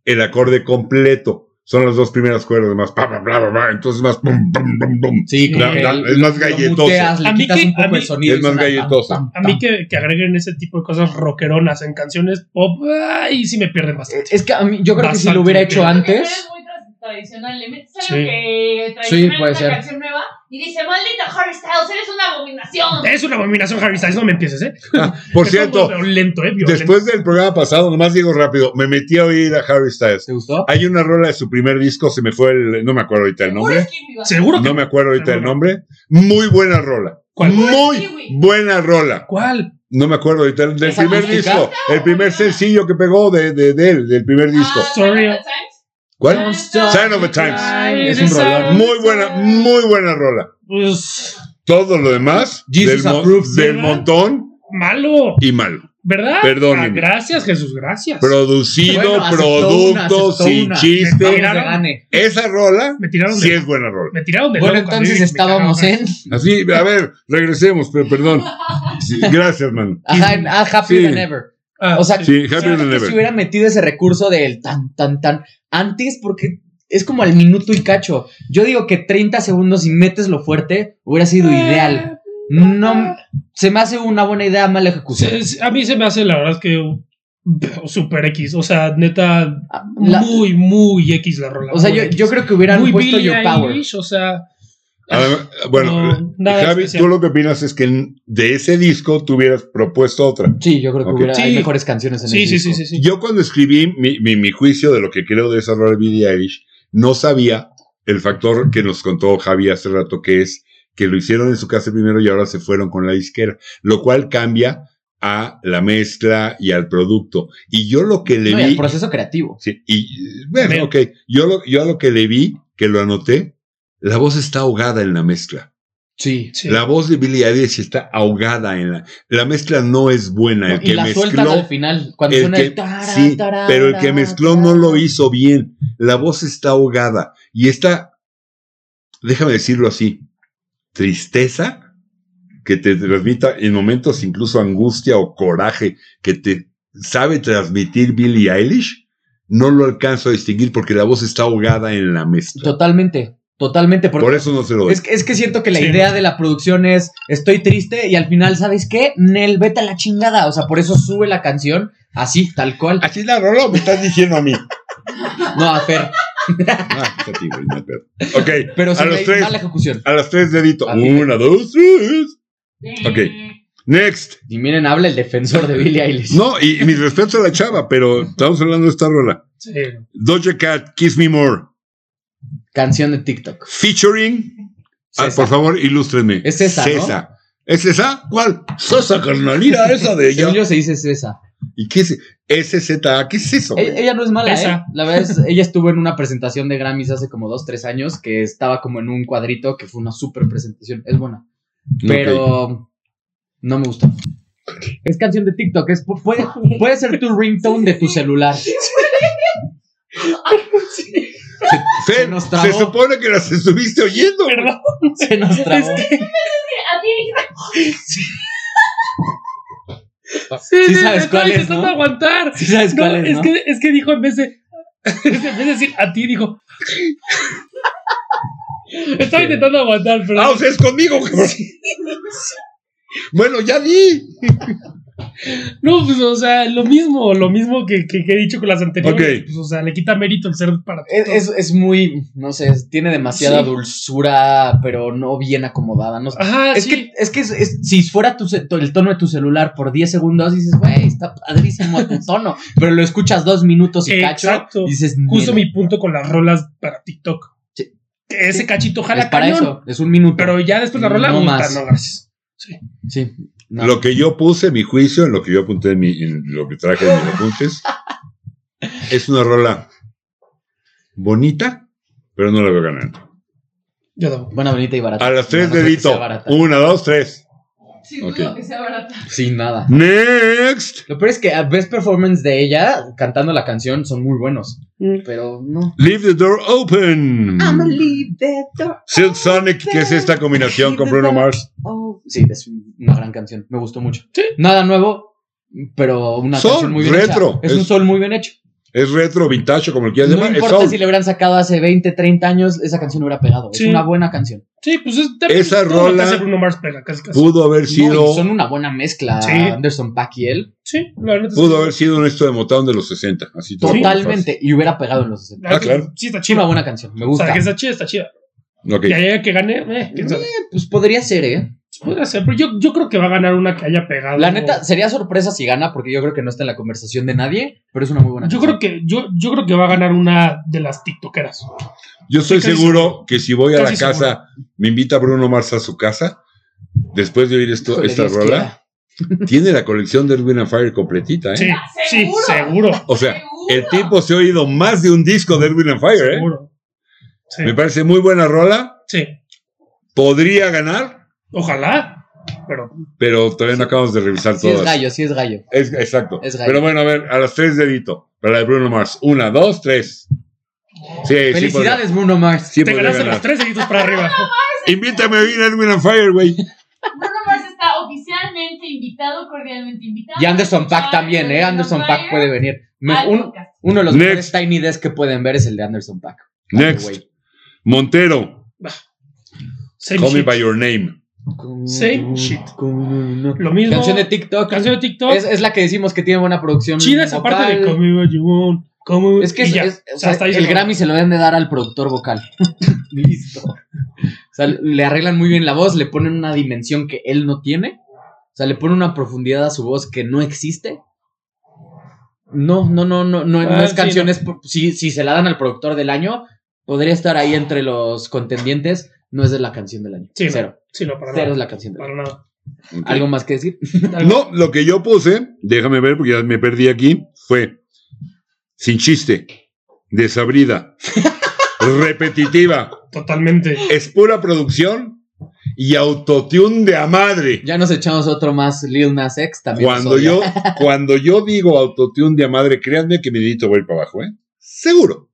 el acorde completo. Son las dos primeras cuerdas más, pa, pa, bla, bla, bla, entonces más, pum, pum, pum, pum.
Sí, como
Da-
que
da-
el-
es más
Eh, lo
galletoso.
muteas, le
A mí
quitas
que-
un
a
poco
mí-
el sonido. y
es más
suena pam,
galletoso.
pam,
A mí
pam.
que, que agreguen ese tipo de cosas rockeronas en canciones pop, ahí sí me pierden bastante.
Eh, Es que a mí, yo creo que si lo
Bastante
hubiera
útil.
hecho antes.
Es muy tra- tradicional, le metes algo
Sí.
que
Sí,
tradicional
puede
una
ser.
canción nueva y dice, maldita Harry Styles, eres una abominación.
Es una abominación, Harry Styles, no me empieces, ¿eh?
Por
Es
cierto,
algo Violento, ¿eh? Violento.
después del programa pasado, nomás digo rápido, me metí a oír a Harry Styles.
¿Te gustó?
Hay una rola de su primer disco, se me fue el, no me acuerdo ahorita el
Seguro
nombre.
es Kiwi, va.
Seguro que.
No me acuerdo ahorita el
Seguro.
nombre. Muy buena rola.
¿Cuál?
Muy buena rola.
¿Cuál?
No me acuerdo ahorita el- del
¿Esa
primer
acústica?
disco. El primer sencillo que pegó de, de, de él, del primer disco.
Ah,
Sorry.
Sign of the Times.
¿Cuál? Sign of the Times.
Ay, Es un
Esa-
rolón.
Muy buena, muy buena rola.
Pues,
Todo lo demás
Jesus
del, mo-
approves.
del montón
Malo,
y malo.
¿verdad?
Perdónenme.
Ah, gracias, Jesús, gracias.
Producido,
Bueno, aceptó una,
producto,
aceptó
sin
una.
chiste.
Me
Vamos,
tiraron.
gane.
Esa rola
me tiraron
sí
de
es buena rola.
me tiraron de
Bueno,
loco,
entonces
me
estábamos
cagaron.
en.
Así, a ver, regresemos, pero perdón. Sí, gracias, man.
Ajá, en ah, Happier
Sí.
Than Ever.
Ah,
O sea,
Sí, Happy
Creo
Than
que
Ever.
Si hubiera metido ese recurso del tan, tan, tan antes, porque es como al minuto y cacho. Yo digo que 30 segundos y metes lo fuerte hubiera
Ah,
sido ideal.
eh,
No, se me hace una buena idea, mala ejecución.
se- se- a mí se me hace la verdad es que uh, super X, o sea, neta
Ah, La-
muy muy X la rola.
o sea,
muy
yo,
X.
yo creo que hubieran
muy
puesto
Billie
Your Power.
Eilish, o sea,
Además, bueno,
eh,
no, nada
Javi,
especial.
tú lo que opinas es que de ese disco tú hubieras propuesto otra.
Sí, yo creo que
Ok.
hubiera hay
Sí.
mejores canciones en
sí,
el
sí,
disco.
sí, sí, sí.
Yo cuando escribí mi, mi- mi juicio de lo que creo de esa rola de Billie Eilish, no sabía el factor que nos contó Javi hace rato, que es que lo hicieron en su casa primero y ahora se fueron con la disquera, lo cual cambia a la mezcla y al producto. Y yo lo que le
No, y el
vi...
proceso creativo.
Sí, y bueno,
Bien.
ok. Yo lo, yo lo que le vi, que lo anoté, la voz está ahogada en la mezcla.
Sí.
Sí.
La voz de Billie Eilish está ahogada en la. La mezcla no es buena. El
y
que
la sueltan al
mezcló.
final, cuando
el
suena
que-
el tara,
sí,
tara,
pero el que mezcló no lo hizo bien. La voz está ahogada. Y esta, déjame decirlo así, tristeza que te transmita en momentos incluso angustia o coraje que te sabe transmitir Billie Eilish, no lo alcanzo a distinguir porque la voz está ahogada en la mezcla.
Totalmente, totalmente. Porque
Por eso no se lo doy.
Es que, es que siento que la
Sí.
idea de la producción es estoy triste y al final, ¿sabes qué? Nel, vete a la chingada. O sea, por eso sube la canción así, tal cual.
Así la rola me estás diciendo a mí.
No, a Fer.
Ah, está tío, güey, no, pero- ok,
Pero
a
se
los
me
tres,
mala ejecución.
a los tres dedito.
A mí.
Una, dos, tres.
Ok.
Next.
Y miren, habla el defensor de Billie Eilish.
No, y, y mis respetos a la chava, pero estamos hablando de esta rola.
Sí. <laughs>
Doja Cat, Kiss Me More,
Canción de TikTok.
featuring. Ah,
César.
por favor, ilústrenme.
Es esa, ¿no?
César. ¿Es esa? ¿Cuál? Sosa, carnalina, esa de
Según
ella.
yo se dice es esa.
¿Y qué es? SZA, ¿qué es eso?
E- Ella no es mala,
Esa.
¿eh? La verdad es, ella estuvo en una presentación de Grammys hace como dos, tres años que estaba como en un cuadrito que fue una super presentación. Es buena.
Ok.
Pero no me gusta. Es canción de TikTok. Es, pu- puede, puede ser tu ringtone de tu celular.
Fer,
se nos trabó.
se supone que las estuviste oyendo. güey.
Perdón.
Se nos trabó.
A ti,
Sí,
Sí
sí,
sabes
estoy
cuál es,
intentando
¿no?
aguantar.
Sí sabes
No,
cuál es,
es,
¿no?
que, es que dijo en vez de. <laughs> en vez de decir a
<laughs>
ti, dijo. Estaba intentando aguantar, pero.
Ah, o sea, es conmigo, cabrón. Bueno, ya di.
No, pues, o sea, lo mismo, lo mismo que, que- que he dicho con las anteriores.
Ok.
Pues, o sea, le quita mérito el ser para
Es, es- es muy, no sé, es- tiene demasiada
Sí.
dulzura, pero no bien acomodada. no sé.
Ajá,
es,
sí.
que, es que es- es- si fuera tu, ce- to- el tono de tu celular por 10 segundos, dices, güey, está padrísimo <laughs> tu tono. Pero lo escuchas dos minutos y
Exacto.
cacho. Y dices,
Justo
"Mira,
mi punto con las rolas para TikTok.
Sí.
Que Ese
Sí.
cachito
es
jala
para
cañón,
eso, es un minuto.
Pero ya después la rola.
No
puta,
más.
No, gracias.
sí, no.
Lo que yo puse, mi juicio, en lo que yo apunté, en, mi- en lo que traje de mis
<laughs>
apuntes, es una rola bonita, pero no la veo ganando.
Yo tampoco.
Buena, bonita y barata.
A las tres
No, no creo que sea
dedito.
barata.
Una, dos, tres.
sí,
Ok.
dudo que sea barata.
Sin nada.
Next.
Lo peor es que a Best Performance de ella cantando la canción son muy buenos.
Mm.
Pero no.
Leave the door open.
I'ma leave that door.
Silk Sonic, que es esta combinación con Bruno Mars.
Oh,
Sí, es una gran canción. Me gustó mucho.
Sí.
Nada nuevo, pero una
Sol,
canción muy bien
retro.
hecha. Es,
Es-
un sol muy bien hecho.
Es retro, vintage, como lo quieras
No
llamar. Es
importa
soul.
si le hubieran sacado hace 20, 30 años, esa canción hubiera pegado.
Sí.
Es una buena canción.
Sí, pues es también
Esa
todo lo que
rola-
hace Bruno Mars pega, casi, casi.
Pudo haber sido,
No, y son una buena mezcla.
Sí.
Anderson Paak y él.
Sí, la verdad. es que-
pudo haber sido un esto de Motown de los 60. Así todo
Totalmente. Y hubiera pegado en los 60.
La verdad
Ah, claro.
es que Sí, está
Es una
chida.
buena canción. Me
O
gusta.
sea, que está chida, está chida.
Ok.
Y ahí que gane, eh, quién sabe.
Pues podría ser, ¿eh?
Podría ser, pero yo, yo creo que va a ganar una que haya pegado.
La neta, sería sorpresa si gana, porque yo creo que no está en la conversación de nadie, pero es una muy buena
Yo
canción.
creo que, yo, yo creo que va a ganar una de las TikTokeras.
¿Eh? Yo estoy
Casi
seguro que si voy a la
casi
casa, me invita Bruno Mars a su casa, después de oír esto,
Híjole,
esta
Dios
rola, tiene la colección de Erwin and Fire completita, ¿eh?
Sí, sí,
¿Seguro?
seguro.
O sea, el tipo se ha oído más de un disco de Erwin and Fire, ¿eh?
Seguro. Sí,
Me parece muy buena rola.
sí.
Podría ganar,
Ojalá. Pero
Pero todavía no acabamos de revisar
Sí es
todas.
gallo, sí es gallo.
Es- exacto.
Es gallo.
Pero bueno, a ver, a las tres dedito. Para la de Bruno Mars. Una, dos, tres. Sí, sí podría-
Felicidades, Bruno Mars.
sí
te
podría
ganaste
ganar.
los tres deditos
<laughs>
para arriba.
Invítame a ir a Edwin and Fire, güey.
Bruno Mars está oficialmente invitado, cordialmente invitado.
Y Anderson Pack también, ¿eh? Anderson Pack puede venir. Me- un- uno de los
Next.
mejores tiny desk que pueden ver es el de Anderson Pack.
Next. Montero.
Same
Call me
shit.
by your name.
Same shit. Lo mismo.
Canción de TikTok.
Canción de TikTok.
Es, es la que decimos que tiene buena producción.
chida esa
vocal.
parte de Come by your own, come-
Es que
y
es-
ya.
es- o
O sea,
sea,
hasta ahí
el
se-
Grammy se lo deben de dar al productor vocal. <laughs> Listo. O sea, le arreglan muy bien la voz, le ponen una dimensión que él no tiene. O sea, le ponen una profundidad a su voz que no existe. No, no, no, no, no, no
Ah,
es
sí,
canciones. por- Si, si se la dan al productor del año, podría estar ahí entre los contendientes. No es de la canción del año.
Sí, no.
Cero.
Sí, no, para
Cero
nada.
es la canción del año.
Para nada.
¿Algo más que decir?
No, lo que yo puse, déjame ver porque ya me perdí aquí, fue sin chiste, desabrida, repetitiva,
Totalmente.
es pura producción y autotune de a madre.
Ya nos echamos otro más, Lil Nas X también.
Cuando
nos odia. <laughs>
yo, cuando yo digo autotune de a madre, créanme que mi dedito va a ir para abajo, ¿eh? Seguro.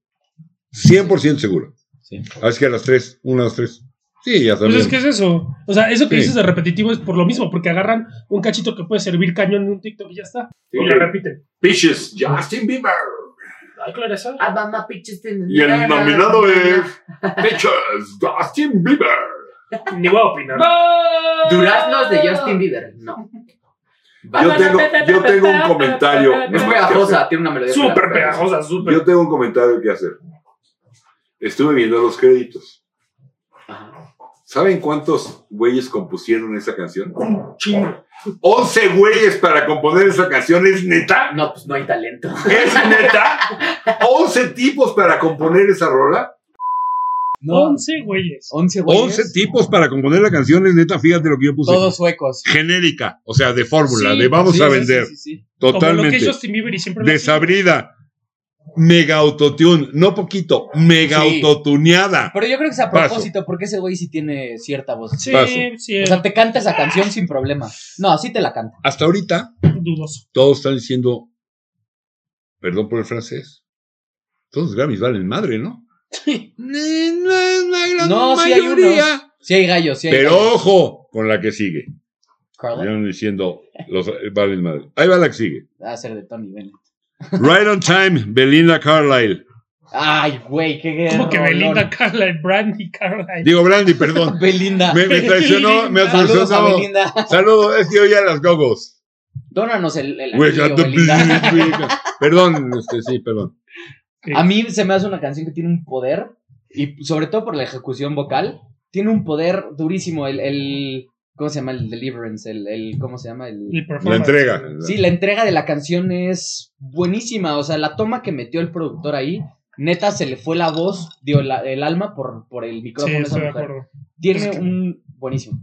100% seguro.
Sí.
Así que a las tres, una a las tres. Sí, ya
Pues
sabemos.
es que es eso. O sea, eso que
Sí.
dices de repetitivo es por lo mismo, porque agarran un cachito que puede servir cañón en un TikTok y ya está. Y lo repiten.
Bitches, Justin Bieber.
Ay, claro, eso.
Ah,
Y el nominado es Bitches, Justin Bieber.
Ni voy a opinar.
Duraznos de Justin Bieber. No.
Yo tengo, yo tengo un comentario.
Es
que
pegajosa, tiene una melodía.
Súper
pegajosa.
pegajosa,
hacer. Yo
súper.
tengo un comentario que hacer. Estuve viendo los créditos.
Ajá.
¿Saben cuántos güeyes compusieron esa canción? Un chingo. 11 güeyes para componer esa canción, es neta.
No, pues no hay talento.
Es neta. 11 tipos para componer esa rola.
No,
11 güeyes.
11 güeyes.
11 tipos para componer la canción, es neta, fíjate lo que yo puse.
Todos suecos.
Genérica, o sea, de fórmula,
Sí,
de vamos
Sí,
a
sí,
vender.
sí, sí, sí.
Como lo que
Totalmente.
es Justin Bieber y siempre lo hace.
desabrida, mega autotune, no poquito, mega
Sí.
autotuneada.
Pero yo creo que es a
Paso.
propósito, porque ese güey sí tiene cierta voz.
Sí,
Paso.
sí,
O
es
sea, te canta esa canción sin problema. No, sí te la canta.
Hasta ahorita
dudoso.
todos están diciendo, perdón por el francés, todos los Grammys valen madre, ¿no? No es la gran
No, sí hay unos. Sí hay gallos, sí hay
Pero
gallos.
ojo con la que sigue.
Carla,
Están diciendo, los eh, valen madre. Ahí va la que sigue.
va a ser de Tony Bennett.
Right on time, Belinda Carlisle.
Ay, güey, qué
Como que
rolón.
Belinda, Carla, Brandy, Carla.
Digo, Brandy, perdón.
Belinda.
Me, me traicionó, me
Saludos a
traicionó.
Belinda.
Saludos, es que oía las gogos.
Dónanos el, el
We
anillo,
got the
Belinda.
blue freak. Perdón, este, sí, perdón.
A mí se me hace una canción que tiene un poder, y sobre todo por la ejecución vocal, tiene un poder durísimo. El, el ¿cómo se llama? El deliverance, el, el- ¿cómo se llama? El,
Y
La
performance.
entrega.
Sí, la entrega de la canción es buenísima. O sea, la toma que metió el productor ahí, neta, se le fue la voz, dio la- el alma por, por el
Sí,
micrófono. a esa
estoy de
mujer.
acuerdo.
Tiene
Es que-
un. Buenísimo.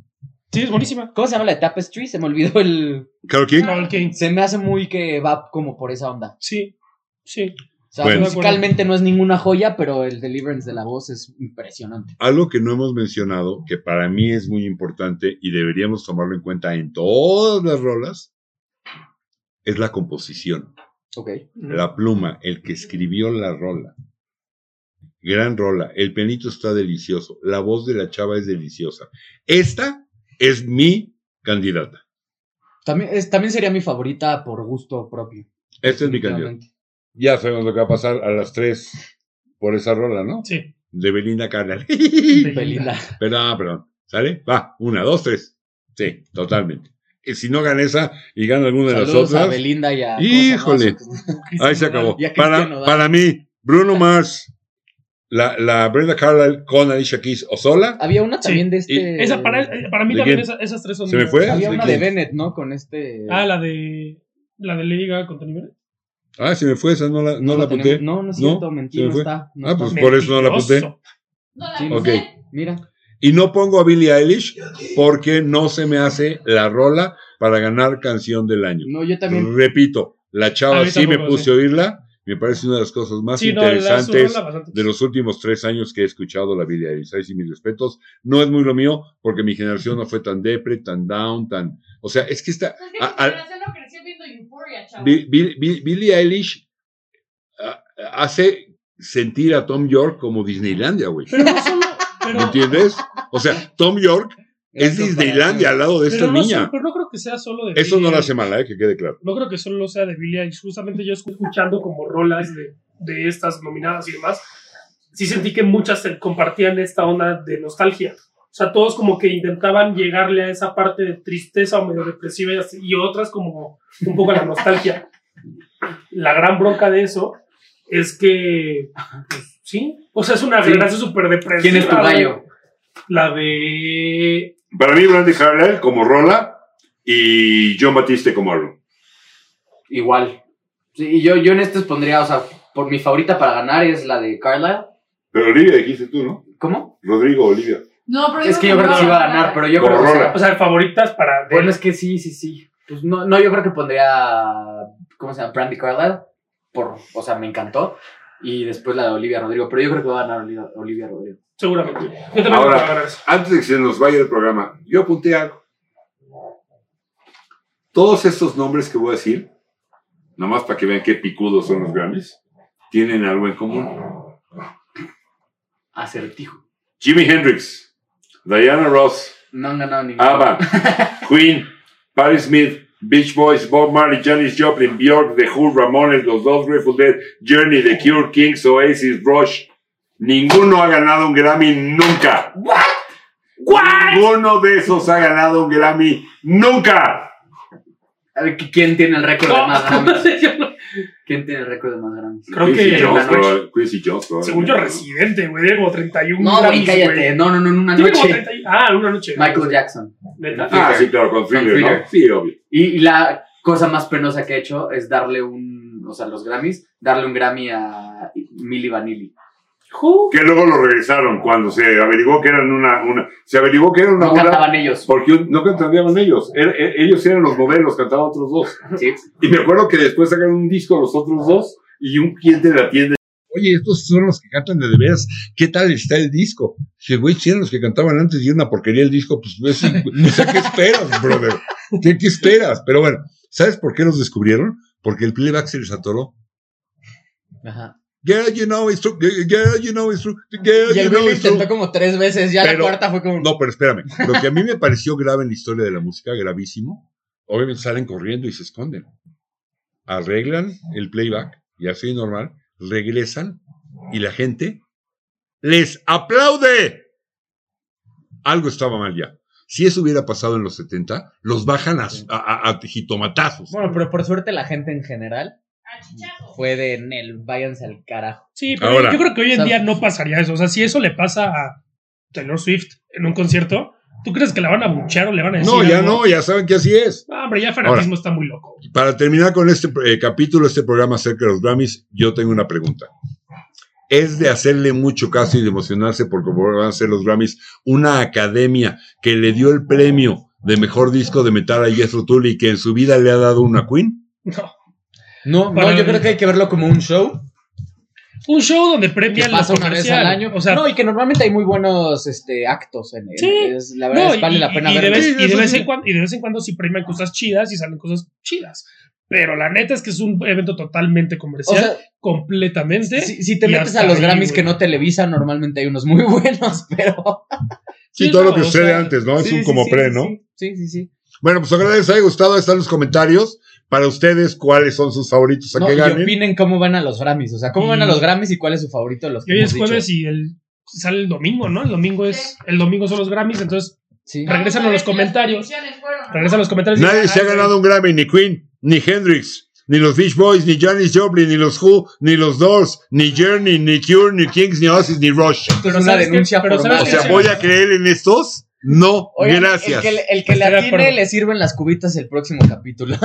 Sí, es buenísima.
¿Cómo se llama la de Tapestry? Se me olvidó el.
Carol King.
Carole King.
Se me hace muy que va como por esa onda.
Sí, sí.
O sea,
Bueno.
musicalmente no es ninguna joya, pero el deliverance de la voz es impresionante.
Algo que no hemos mencionado, que para mí es muy importante y deberíamos tomarlo en cuenta en todas las rolas, es la composición,
Ok.
la pluma, el que escribió la rola. Gran rola, el pianito está delicioso, la voz de la chava es deliciosa. Esta es mi candidata.
También, es- también sería mi favorita por gusto propio.
Esta es mi candidata.
definitivamente.
Ya sabemos lo que va a pasar a las tres por esa rola, ¿no? <laughs>
Sí.
De Belinda <laughs> Carlisle.
Belinda.
Perdón, perdón. ¿Sale? Va, una, dos, tres. Sí, totalmente. Y si no gana esa y gana alguna de
Saludos a
las otras,
Belinda y a.
Híjole.
¿cómo se llama?
ahí se acabó.
Y a Cristiano
Para,
Nodal.
para mí, Bruno Mars, la, la Brenda Carlisle con Alicia Keys o sola,
Había una
Sí.
también de este.
Esa para, para mí
¿De
también
quién?
esa- esas tres son.
¿Se me fue?
Había
¿De
una de
quién?
Bennett, ¿no? Con este.
Ah, la de. La de Lady Gaga contra nivel.
Ah, se me fue esa, no la, no la
la tenemos.
apunté.
No, no es
No,
cierto,
se
mentí,
me
no
fue.
está. no
Ah,
está.
pues, por eso no la apunté.
No la
Sí,
puse.
ok.
Mira.
Y no pongo a Billie Eilish porque no se me hace la rola para ganar canción del año.
No, yo también.
Repito, la
A
chava
mí
sí me
tampoco,
puse
sí.
a oírla Me parece una de las cosas más
Sí, no, la
interesantes
zurrona bastante.
de los últimos tres años que he escuchado la vida de Elvis. Ahí sí, mis respetos. No es muy lo mío, porque mi generación no fue tan depre, tan down, tan. O sea, es que está.
Es que
a-
mi
a-
generación no creció viendo Euphoria, chavos.
Bi- Bi- Bi- Billie Eilish ah, hace sentir a Tom York como Disneylandia, güey.
Pero no solo.
<laughs>
Pero,
¿Me entiendes? O sea, Tom York es
Gran
Disneylandia al
comparación.
lado de esta
pero no solo-
niña.
pero no creo que sea solo de.
Eso no
Billie
la
Eilish.
hace mala, eh, que quede claro.
No creo que solo sea de Billie Eilish. Justamente yo escu- escuchando como rolas de, de estas nominadas y demás, sí sentí que muchas se- compartían esta onda de nostalgia. O sea, todos como que intentaban llegarle a esa parte de tristeza o medio depresiva y, así, y otras como un poco a la nostalgia. La gran bronca de eso es que, pues, sí, o sea, es una
Sí.
generación súper depresiva.
¿Quién es tu
güey.
gallo?
La de...
Para mí, Brandy Harrell como Rola y John Batiste como álbum.
Igual. Sí, y yo, yo en estos pondría, o sea, por mi favorita para ganar es la de Carlisle.
Pero Olivia dijiste tú, ¿no?
¿Cómo?
Rodrigo Olivia.
No, pero
Es que yo creo que sí iba a ganar, pero yo
Por
creo que. o sea,
rola.
O sea, favoritas para... de-
Bueno, es que sí, sí, sí. Pues no, no, yo creo que pondría. ¿Cómo se llama? Brandy Carlisle. Por, o sea, me encantó. Y después la de Olivia Rodrigo. Pero yo creo que va a ganar Olivia, Olivia Rodrigo.
Seguramente. Yo también
Ahora-
creo que va a ganar eso. <laughs>
Antes de que se nos vaya el programa, yo apunté algo. Todos estos nombres que voy a decir, nomás para que vean qué picudos son los Grammys, tienen algo en común.
Acertijo.
Jimi Hendrix, Diana Ross,
No han ganado ningún.
Ah,
ABBA, Queen, Patti Smith, Beach Boys, Bob Marley, Janis Joplin, Bjork, The Who, Ramones, Los Dos, Grateful Dead, Journey, The Cure, Kings, Oasis, Rush. Ninguno ha ganado un Grammy nunca. Ninguno de esos ha ganado un Grammy nunca.
A ver, ¿quién tiene el récord de más Grammys?
Yo no-
¿Quién tiene el récord de más Grammys?
Creo
Quincy Jones,
que la noche-
proba- Quincy Jones,
Según yo,
probablemente.
residente, güey. Tiene como 31
No, güey,
Grammys,
cállate. No, no, no, en una
Tiene como
noche.
30 Ah, una noche.
Michael Jackson.
¿Neta?
Ah, sí, claro, con Thriller, ¿no?
Thriller.
Sí, obvio.
Y, y la cosa más penosa que he hecho es darle un. O sea, los Grammys. Darle un Grammy a Milli Vanilli.
Ju.
Que luego lo regresaron cuando se averiguó que eran una, una se averiguó que era una
No
bola
cantaban ellos.
porque un- no cantaban ellos,
Er,
Era- e- ellos eran los modelos, cantaban otros dos.
Sí.
Y me acuerdo que después sacaron un disco los otros dos y un cliente de la tienda.
Oye, estos son los que cantan de de veras. ¿Qué tal está el disco? Si, güey, si eran los que cantaban antes y era una porquería el disco, pues, no es- o sea, ¿qué esperas, brother? ¿Qué, ¿Qué esperas? Pero bueno, ¿sabes por qué los descubrieron? Porque el playback se les atoró.
Ajá.
Girl, you know it's true. Girl, you know it's true. Girl,
Y el
you know
güey lo
it's true.
intentó como tres veces. Ya
Pero-
la cuarta fue como.
No, pero espérame. Lo que a mí me pareció grave en la historia de la música, gravísimo, obviamente salen corriendo y se esconden. Arreglan el playback, y así normal, regresan y la gente les aplaude. Algo estaba mal ya. Si eso hubiera pasado en los 70, los bajan a, a- a- a jitomatazos.
Bueno, pero por suerte la gente en general
A chichazo.
fue de Nel, váyanse al carajo.
Sí, pero
Ahora.
yo creo que hoy en
O sea,
día no pasaría eso. O sea, si eso le pasa a Taylor Swift en un concierto, ¿tú crees que la van a buchar o le van a decir?
no, ya
algo?
no, ya saben que así es.
Ah, hombre, ya el fanatismo está muy loco.
Para terminar con este eh, capítulo, este programa acerca de los Grammys, yo tengo una pregunta. ¿Es de hacerle mucho caso y de emocionarse porque van a ser los Grammys una academia que le dio el premio de mejor disco de metal a Jethro Tull y que en su vida le ha dado una Queen?
No.
No,
Para-
no, yo creo que hay que verlo como un show
Un show donde
que
premian lo
pasa una vez al
comercial.
año.
O sea,
no, y que normalmente hay muy buenos este, actos en él.
Sí.
Es- la verdad
no,
es, vale
y-
la pena
y, de
verlo.
vez, y, de
Sí,
vez
sí,
en
sí.
cuando, y de vez en cuando sí premian cosas chidas y salen cosas chidas. Pero la neta es que es un evento totalmente
O
comercial,
sea,
completamente.
si, si te
y
metes
hasta
a los
ahí,
Grammys
güey.
que no televisan, normalmente hay unos muy <laughs> buenos, pero.
Sí,
Sí,
todo
no,
lo que
o
sucede
sea,
antes, ¿no? Ah, es
Sí,
un
sí,
como
sí,
pre,
sí,
¿no?
sí. Sí, sí, sí.
Bueno, pues ojalá les haya gustado. Están los comentarios para ustedes cuáles son sus favoritos a
No,
que
y
ganen.
opinen cómo van a los Grammys. O sea, cómo
Y-
van a los Grammys y cuál es su favorito de los
Y
que
hoy es
hemos
jueves
dicho.
y el, sale el domingo, ¿no? El domingo es el domingo son los Grammys, entonces
Sí.
Re- Regresan
Vamos
los
a ver si las
comentarios.
predicciones fueron, ¿no?
regresan los comentarios. y "Ah,
Nadie
dicen,
se ha
"Ay, güey".
ganado un Grammy, ni Queen, ni Hendrix, ni los Beach Boys, ni Janis Joplin, ni los Who, ni los Doors, ni Journey, ni Cure, ni Kings, ni Oasis, ni Rush.
Esto es
pero
una
¿sabes qué?
denuncia
Pero ¿sabes
formal.
O
qué?
sea, ¿voy a creer en estos? No,
Oigan,
gracias.
El que, el que
Estoy
le
de acuerdo.
atine le sirven las cubitas el próximo capítulo.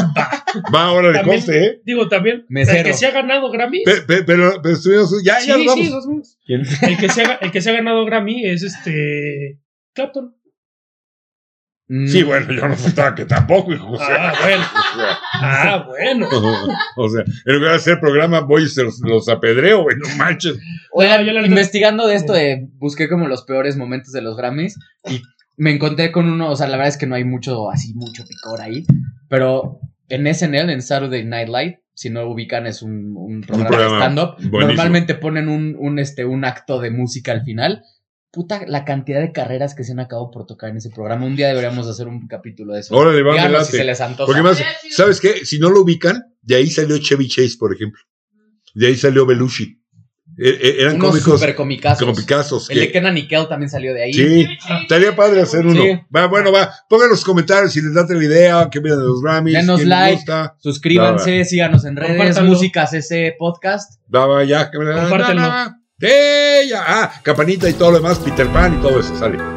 Va, ahora le
También-
conste, ¿eh?
Digo también, el
Mesero.
que se ha ganado Grammy.
Pe- pe- pero, pero estuvimos... Ya,
Sí,
ya nos
sí,
vamos.
dos minutos.
<laughs>
El que, se ha, el que se ha ganado Grammy es este. Clapton.
<laughs>
Mm,
Sí, bueno, yo no faltaba que tampoco, hijo. O sea,
Ah, bueno. Ah, bueno.
<laughs> o sea, en lugar de hacer programa, voy y se los, los apedreo, güey, no manches.
Oigan,
No, yo la verdad-
investigando de esto, de, busqué como los peores momentos de los Grammys y me encontré con uno, o sea, la verdad es que no hay mucho, así, mucho picor ahí, pero en SNL, en Saturday Night Live, si no lo ubican, es un, un programa,
programa
de stand-up.
buenísimo.
Normalmente ponen un, un, este, un acto de música al final. Puta, la cantidad de carreras que se han acabado por tocar en ese programa. Un día deberíamos hacer un capítulo de eso.
Órale, va, me
Díganos si
late.
se les antoja.
Porque más, ¿sabes qué? Si no lo ubican, de ahí salió Chevy Chase, por ejemplo. De ahí salió Belushi. E- e- eran
Unos
cómicos
super comicazos.
comicazos.
El de
Que,
Kenan y Kel también salió de ahí.
sí, estaría padre hacer uno.
Sí.
Va, bueno, va. Pongan los comentarios si les da la idea, qué miran de los Grammys,
Denos
qué les
like.
gusta.
Suscríbanse, síganos en redes,
Compártanlo.
Música CC Podcast.
Va, va, ya. que me-
Compártelo.
va, va, va. Sí, ya. Ah, campanita y todo lo demás, Peter Pan y todo eso, sale.